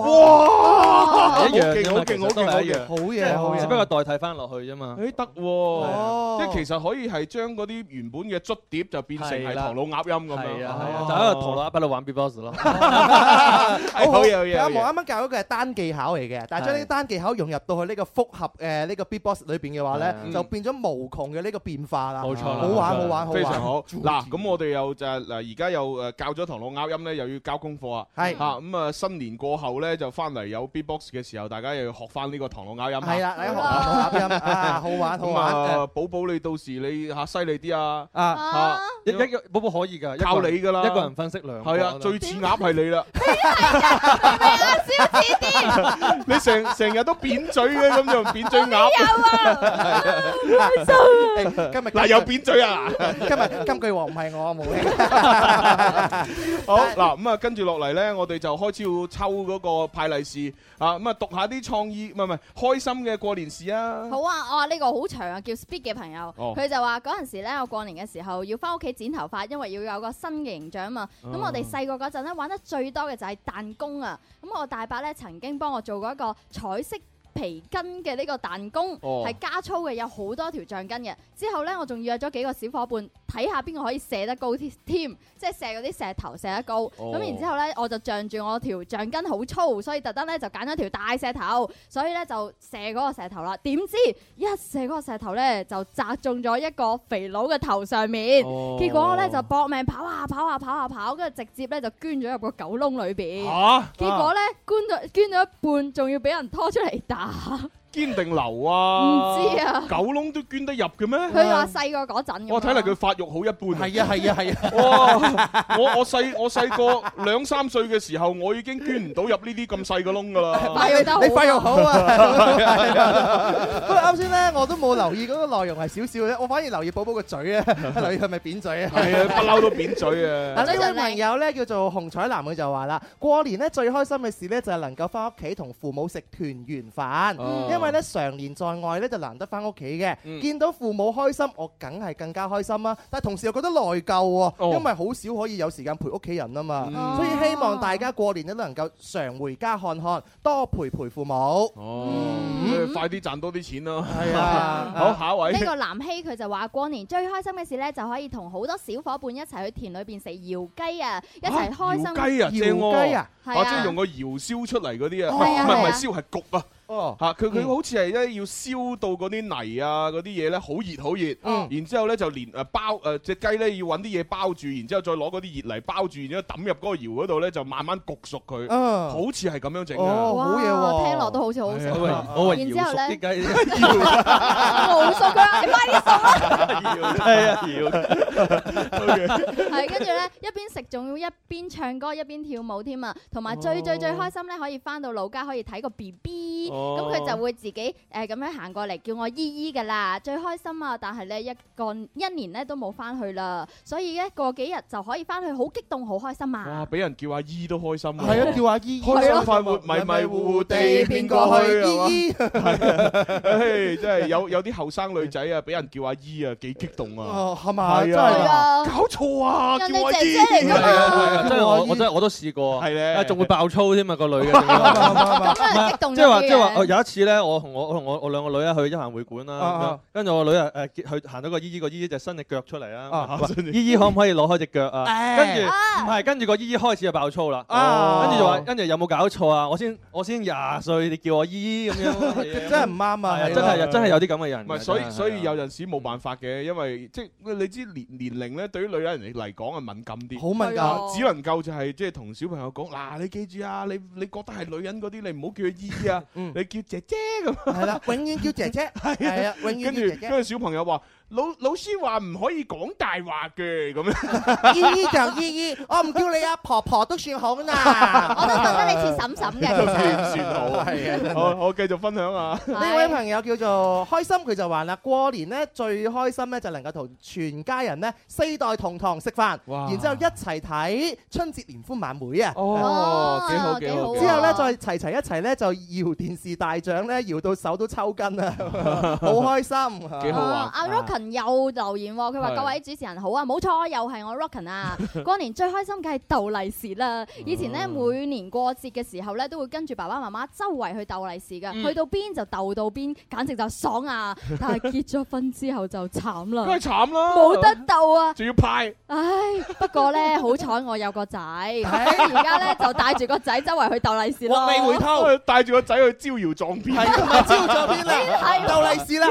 哇
一樣
好勁好勁好勁
好
好
嘢好
嘢好
嘢，
嘢
只不過代替翻落去啫嘛。
誒得喎，即係其實可以係將嗰啲原本嘅捽碟就變成係
係啦
唐老鴨音咁樣，
係
Dạ,
啊係
哦
啊，就
(laughs)
喺度唐老鴨喺度玩 B-box 咯。
係好嘢好嘢
阿
好
毛
嘢。
啱啱教嗰個係單技巧嚟嘅，但係將呢啲單技巧融入到去呢個複合誒呢個 beatbox 裏邊嘅話咧，就變咗無窮嘅呢個變化啦。
冇錯啦，
好玩好
冇錯
玩
啦
好玩，
非常好。嗱，咁我哋又就係嗱，而家又誒教咗唐老鴨音咧，又要交功課啊。
係
嚇咁啊，新年過後咧就翻嚟有 B-box 嘅時候，大家又要學翻呢個唐老鴨音啊。
係啦大家學唐老鴨音啊好玩好玩
咁啊，寶寶你到時你嚇犀利啲啊！
啊
一一個寶寶可以㗎，一個
靠
人
你㗎啦，
一個人分析兩個
係啊，
得
最似鴨係你啦。
啲
你成成日都扁嘴嘅，咁就
(laughs)
扁嘴鴨。
哎
(laughs)
開心啊！
(laughs)
今日
嗱又扁嘴啊！
今日金句王唔係我，冇嘅。
好嗱，咁啊，跟住落嚟呢，我哋就開始要抽嗰個派利是啊，咁啊，讀下啲創意，唔係唔係開心嘅過年事啊。
好啊！我話呢個好長啊，叫 Speed 嘅朋友，
哦
佢就話嗰陣時咧，我過年嘅時候要翻屋企剪頭髮，因為要有個新嘅形象啊嘛。咁
哦
我哋細個嗰陣咧玩得最多嘅就係彈弓啊。咁我大伯咧曾經幫我做過一個彩色。皮筋嘅呢個彈弓
哦
係加粗嘅，有好多條橡筋嘅。之後呢，我仲約咗幾個小伙伴睇下邊個可以射得高啲 (laughs) 添，即係射嗰啲石頭射得高。咁、
哦
然之後呢，我就仗住我條橡筋好粗，所以特登呢就揀咗條大石頭，所以呢就射嗰個石頭啦。點知一射嗰個石頭呢，就砸中咗一個肥佬嘅頭上面，
哦
結果我呢就搏命跑啊跑啊跑啊跑，跟住直接呢就捐咗入個狗窿裏邊。
嚇
結果呢，捐咗捐咗一半，仲要俾人拖出嚟打。
堅定流啊！
唔知啊
九窿都捐得入嘅咩？
佢話細個嗰陣咁
我睇
啊
嚟佢發育好一般。
係啊係啊係啊！
哇！我我細我細個兩三歲嘅時候，我已經捐唔到入呢啲咁細嘅窿㗎啦。
(laughs)
發育得好啊你發育好啊
係啊
不過啱先咧，我都冇留意嗰個內容係少少咧，我反而留意寶寶個嘴啊，留意佢係咪扁嘴啊。
係啊，不嬲都扁嘴
(laughs)
嗱
啊！
呢位朋友咧叫做洪彩南，佢就話啦：過年咧最開心嘅事咧就係能夠翻屋企同父母食團圓飯，
哦
因為咧常年在外咧就難得翻屋企嘅，
嗯
見到父母開心，我梗係更加開心啦。但係同時又覺得內疚喎，因為好少可以有時間陪屋企人啊嘛，
嗯
所以希望大家過年咧都能夠常回家看看，多陪陪父母。
嗯
哦，快啲賺多啲錢啦！
係啊
好下一位。
呢個南希佢就話過年最開心嘅事咧，就可以同好多小伙伴一齊去田裏邊食搖雞啊，一齊開心。
雞啊，正喎！
雞啊
係啊
即係用個窑燒出嚟嗰啲啊，
係啊
唔係唔
係啊
係燒係焗啊。
哦，
嚇佢佢好似係咧要燒到嗰啲泥啊嗰啲嘢咧好熱好
嗯
熱，然之後咧就連誒包誒只雞咧要揾啲嘢包住，然之後再攞嗰啲熱泥包住，然之後抌入嗰個窑嗰度咧就慢慢焗熟
哦
佢，
嗯
好似係咁樣整啊嘅。
哦
(laughs)
好嘢喎
聽落都好似好好食。
係啊
我為
然之後咧，
雞， (laughs)
熬熟佢啊，你快啲熟啦！
係啊，
係跟住咧，一邊食仲要一邊唱歌一邊跳舞添啊！同埋最最最開心咧，可以翻到老家可以睇個 B B，咁
哦
佢就會自己誒咁樣行過嚟叫我姨姨噶啦，最開心啊！但係咧一個一年咧都冇翻去啦，所以咧過幾日就可以翻去，好激動，好開心啊！
哇！俾人叫阿姨都開心喎，
係啊叫阿姨
開
係啊
心快活迷迷糊糊地變過去，係嘛
姨姨
唉真係有有啲後生女仔啊，俾人叫阿姨啊，幾激動啊！
哦係嘛
係
真係
啊
㗎，
搞錯啊！
人
叫
哋
阿
姐
姨
姐嚟㗎嘛
係啊
(laughs)
係啊，真係我
我
我真係我都試 (laughs) 過，係
咧，
仲會爆粗添啊個女嘅
哎
仲要，
咁激動
即係話
咗
即係話，
啲啊
我
嘅。
有一次咧，我同我我同我我兩個女啊去一行會館
啊
啦，咁樣
啊
跟住我女啊誒結去行到個姨姨，個姨姨就伸只腳出嚟啦
啊，
話
伸隻
姨姨可唔可以攞開只腳啊？
哎
跟住唔係，跟住個姨姨開始就爆粗啦，
啊
跟住就話，跟住有冇搞錯啊？我先我先廿歲，你叫我姨姨咁
(laughs)
樣，
真係唔啱啊！
真係有真係有啲咁嘅人
唔
㗎。
係，所
真係
以所以有陣時冇辦法嘅，因為即係你知年年齡咧，對於女人嚟嚟講係敏感啲，
好敏感係啊
只能夠就係即係同小朋友講嗱，你記住啊，你你覺得係女人嗰啲，你唔好叫佢姨
(laughs)
姨啊，你叫姐姐咁。
係啦，永遠叫姐姐，係啊，永遠
跟
叫
住
姐姐
跟住。小朋友話：老老師話唔可以講大話
(laughs)
嘅咁樣。
姨姨就姨姨，我唔叫你阿婆婆都算好啦。
啊我都覺得你似嬸嬸嘅，其實。
算好，哎
係啊
好，我繼續分
(laughs)
享啊。
呢位朋友叫做開心，佢就話啦：過年呢，最開心呢，就能夠同全家人呢，四代同堂食飯，然之後一齊睇春節聯歡晚會啊！
哦幾好幾
啊
好幾好
之後呢，再齊齊一齊呢，就搖電視大獎呢，搖到手都抽筋啊！好開心，
幾好玩
哦阿 Rockin 又留言喎，佢話
係
各位主持人好啊，冇錯，又係我 Rockin 啊！ (laughs) 過年最開心梗係鬥利是啦。以前呢，嗯每年過節嘅時候呢，都會跟住爸爸媽媽周圍去鬥利是
嗯
㗎，去到邊就鬥到邊，簡直就爽 (laughs) 啊！但係結咗婚之後就慘啦，
梗係慘啦
冇得鬥啊！
仲要派。
唉，不過呢，好彩我有個 (laughs) 仔，咁而家呢，就帶住個仔周圍去鬥利是咯。
偷，帶住個仔去招搖撞騙，係
招咗邊
啦
鬥利是
啊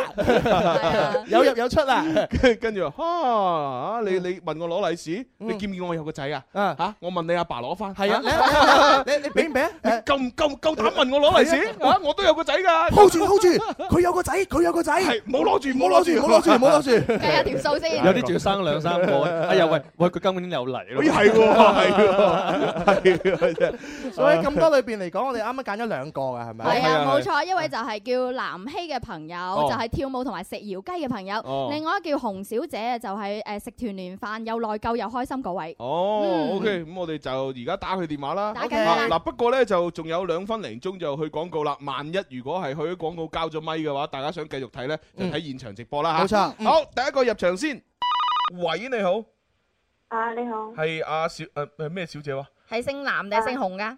啦，有入有出啦。
(laughs) 跟跟住話啊，你你問我攞利是，你見唔見我有個仔嗯啊？嚇，我問你阿爸攞翻。
係啊，你你俾唔俾啊？
(laughs) 你夠唔夠夠膽問我攞利是
係
啊？我都有個仔㗎。
hold 住 hold 住，佢有個仔，佢有個仔，
係冇攞住，
冇攞住，
(laughs)
冇攞住，冇攞住。
計下條數 (laughs) 先。
有啲仲要生兩三個，哎呀喂喂，佢今年又嚟咯，
咦哎係喎係喎係喎真係
所以咁多裏邊嚟講，我哋啱啱揀咗兩個嘅係
哦
咪？
係啊，冇錯，一位就係叫南希嘅朋友，
哦
就係跳舞同埋食搖雞嘅朋友
(laughs) 哦；
另外一個叫洪小姐，就係誒食團年飯又內疚又開心嗰位。
哦
嗯
，OK，咁我哋就而家打佢電話啦。
打緊啦
啊嗱，不過呢，就仲有兩分零鐘就去廣告啦。萬一如果係去咗廣告交咗咪嘅話，大家想繼續睇呢，就睇現場直播啦嚇。
冇錯嗯
好，第一個入場先。喂，你好，
啊，你好，
係阿小誒誒咩小姐話？
係姓藍定係姓洪㗎？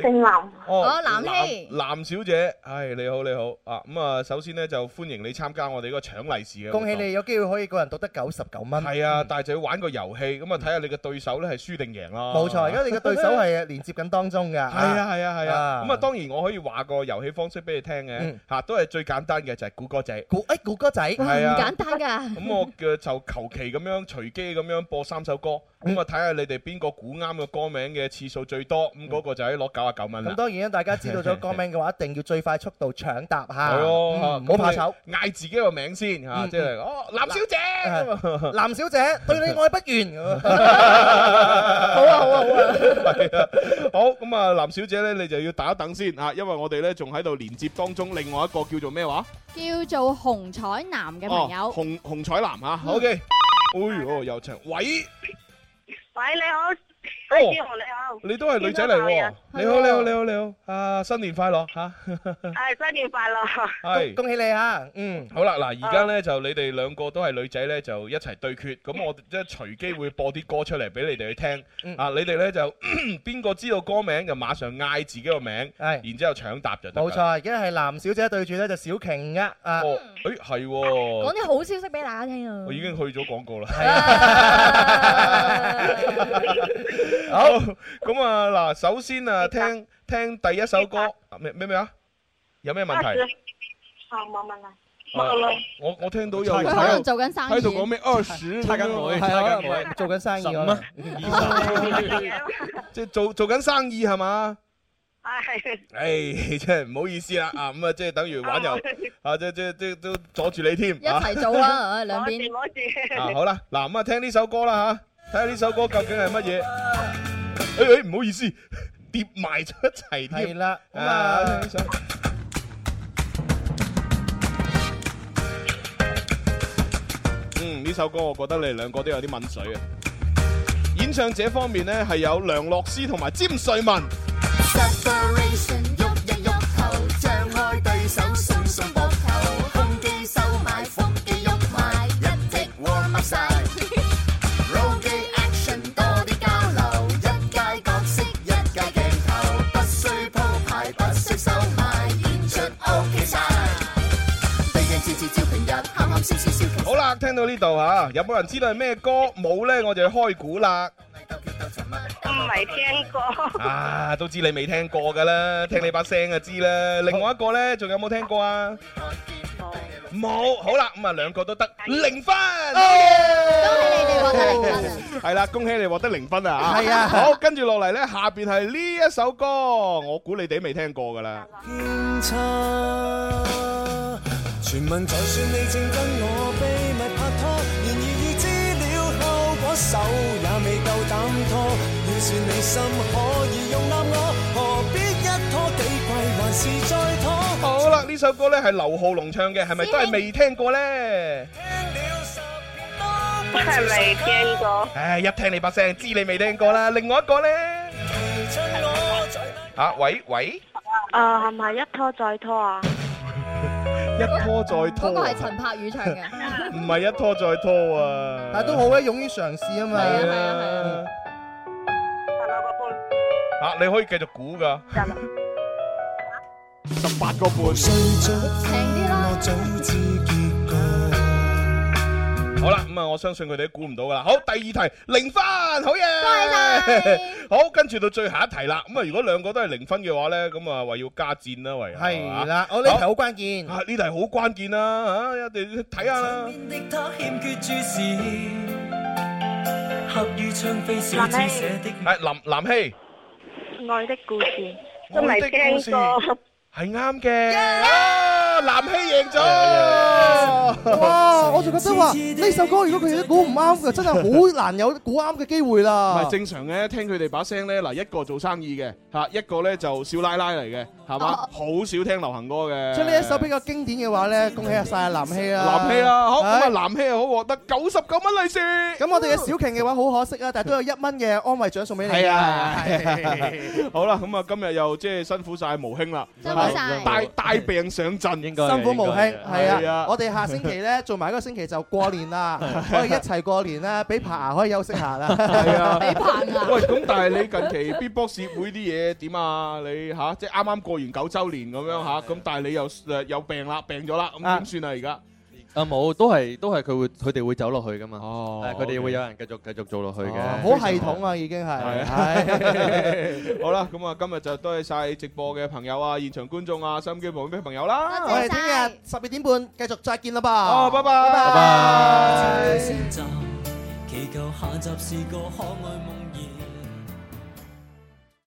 姓林，
哦，藍希。
藍小姐，唉，你好你好啊。咁啊，首先呢，就歡迎你參加我哋嗰個搶利是嘅活動。
恭喜你有機會可以個人獨得九十九蚊。
係啊，但係就要玩個遊戲，咁啊睇下你嘅對手呢係輸定贏啦。
冇錯，而家你嘅對手係連接緊當中㗎。係
係啊係啊係啊，咁啊當然我可以話個遊戲方式俾你聽嘅
嗯，
嚇都係最簡單嘅就係估歌仔，
估誒估歌仔
係啊。
單㗎
咁我嘅就求其咁樣隨機咁樣播三首歌，咁啊睇下你哋邊個估啱嘅歌名嘅次數最多，咁嗰個就喺攞九啊九蚊啦
咁。當然啦，大家知
(laughs)
道咗歌名嘅話，一定要最快速度搶答嚇，
係咯，嚇
嗯唔好
(laughs)
怕醜。，
咁你嗌自己個名先嚇，
嗯
即係哦藍小姐咁啊。
藍小姐對你 (laughs) 愛不完。
好啊好啊好啊，係啊， (laughs) 好咁啊，藍小姐咧，你就要打一等先嚇，因為我哋咧仲喺度連接當中，另外一個叫做咩話？
叫做洪彩南嘅朋友嗯
哦，紅紅彩藍吓，OK。哎呦，又長，喂，
喂，你好，
哦
哎
喂，志豪你好，
你都係女仔嚟喎，你好，你好，你好，你好，啊，新年快樂吓，
係新年快樂，
係
恭喜你嚇，嗯，
好啦，嗱，而家咧就你哋兩個都係女仔咧，就一齊對決，咁我即係隨機會播啲歌出嚟俾你哋去聽，啊，你哋咧就 (coughs) 邊個知道歌名就馬上嗌自己個名，然之後搶答就得㗎
冇錯，
啦。
而家係藍小姐對住咧就小瓊呃啊，
哦，誒係
講
喎，
啲好消息俾大家聽啊！
我已經去咗廣告啦。
(laughs)
好，咁啊嗱，首先啊，聽聽第一首歌啊咩咩咩啊？有咩問題？
好冇問題，
啊
冇啦，
我我聽到有
佢
人
可能
喺
做緊生意
喺度講咩二十
(laughs)
猜緊我猜緊我做緊生意
十
可
蚊
能
即係做做緊生意係嘛？
係
唉， (laughs) 真係唔好意思啦啊！咁啊，即係等於玩遊啊，即即即都阻住你添。
一齊做啦，啊兩邊。
攞住
啊！啊，好啦，嗱咁啊，聽呢首歌啦吓，睇下呢首歌究竟係乜
(laughs)
嘢？誒誒，唔好意思，疊埋咗一齊添。
係啦，咁
啊，聽
啊
呢。首。嗯，呢首歌我覺得你哋兩個都有啲抿水啊。演唱者方面呢，係有梁洛施同埋詹瑞文。
Separation，喐一喐頭，張開對手，鬆鬆膊頭，胸肌收埋，腹肌喐埋，一直 warm up 晒。Roll 機 action 多啲交流，一街角色一街鏡頭，不需鋪排，不需收埋，演出 OK 晒。對鏡照照照平日，喊喊笑笑笑。
好啦，聽到呢度吓，有冇人知道係咩歌？冇呢，我就開估啦。
唔係聽歌，
啊，都知你未聽過噶啦，聽你把聲就知啦。另外一個呢，仲有冇聽過啊？冇。好啦，咁啊，兩個都得零分。系啦，恭喜你獲得零分啊！
係啊
好，跟住落嚟呢，下邊係呢一首歌，我估你哋都未聽過噶啦。
差，
傳聞就算你正跟我秘密拍拖，然而預知了後果，手也未夠膽拖。要是你心可以容納我，何必一拖幾季還是再拖？
好啦，呢首歌咧係劉浩龍唱嘅，係咪都係未聽過咧？
係未聽過？
À,
唉，一聽你把聲，知你未聽過啦。另外一個咧，
À,
啊喂喂，
啊，係咪一拖再拖啊？
一拖再拖
嗰個
啊，
係陳柏宇唱嘅，
(laughs) 唔係一拖再拖啊。
但係都好嘅，勇於嘗試啊嘛。
係啊。啊，你可以繼續估㗎。十八個半。好啦，咁啊，我相信佢哋都估唔到噶啦。好，第二題零分，好嘢！好，跟住到最後一題啦。咁啊，如果兩個都係零分嘅話咧，咁啊，話要加戰啦，為
啊
係啦，哦我呢題好關鍵。
啊，呢題好關鍵啦，啊，一定要睇下啦。係林林希，
愛的故事都
愛的
未
故事
聽過，
係啱嘅。啊，南希贏咗。
哇！我就覺得話呢首歌如果佢哋都估唔啱嘅，真係好難有估啱嘅機會啦。
唔係正常嘅，聽佢哋把聲咧，嗱一個做生意嘅嚇，一個咧就少奶奶嚟嘅，係嘛？好少聽流行歌嘅。
所以呢一首比較經典嘅話咧，恭喜晒阿南希啊！
南希啊，好咁啊，
係
南希啊，好獲得九十九蚊利是。
咁我哋嘅小瓊嘅話好可惜啊，但係都有一蚊嘅安慰獎送俾你㗎。
係啊，係啊好啦，咁啊，今日又即係辛苦晒無兄啦，
辛苦晒
帶帶病上陣， (laughs) 應
辛苦無輕，係啊！我哋下星期咧做埋一個星期就過年
(laughs)
啦，我哋一齊過年啦，俾棚牙可以休息下啦。
係啊， (laughs) 喂，咁但係你近期 B-box 協會啲嘢點啊？你吓即係啱啱過完九週年咁樣吓，咁但係你又誒有病啦，病咗啦，咁點算啊？而家
啊冇，都係都係佢會佢哋會走落去噶嘛。
哦
佢哋
OK
會有人繼續繼續做落去嘅。
好系統啊，已經係係。
係 (laughs) 好啦，咁啊，今日就多謝晒直播嘅朋友啊、現場觀眾啊、收音機旁邊嘅朋友啦。
我哋聽日十二點半繼續再見啦噃。
哦拜拜
拜拜。
祈求下集是個可愛夢兒。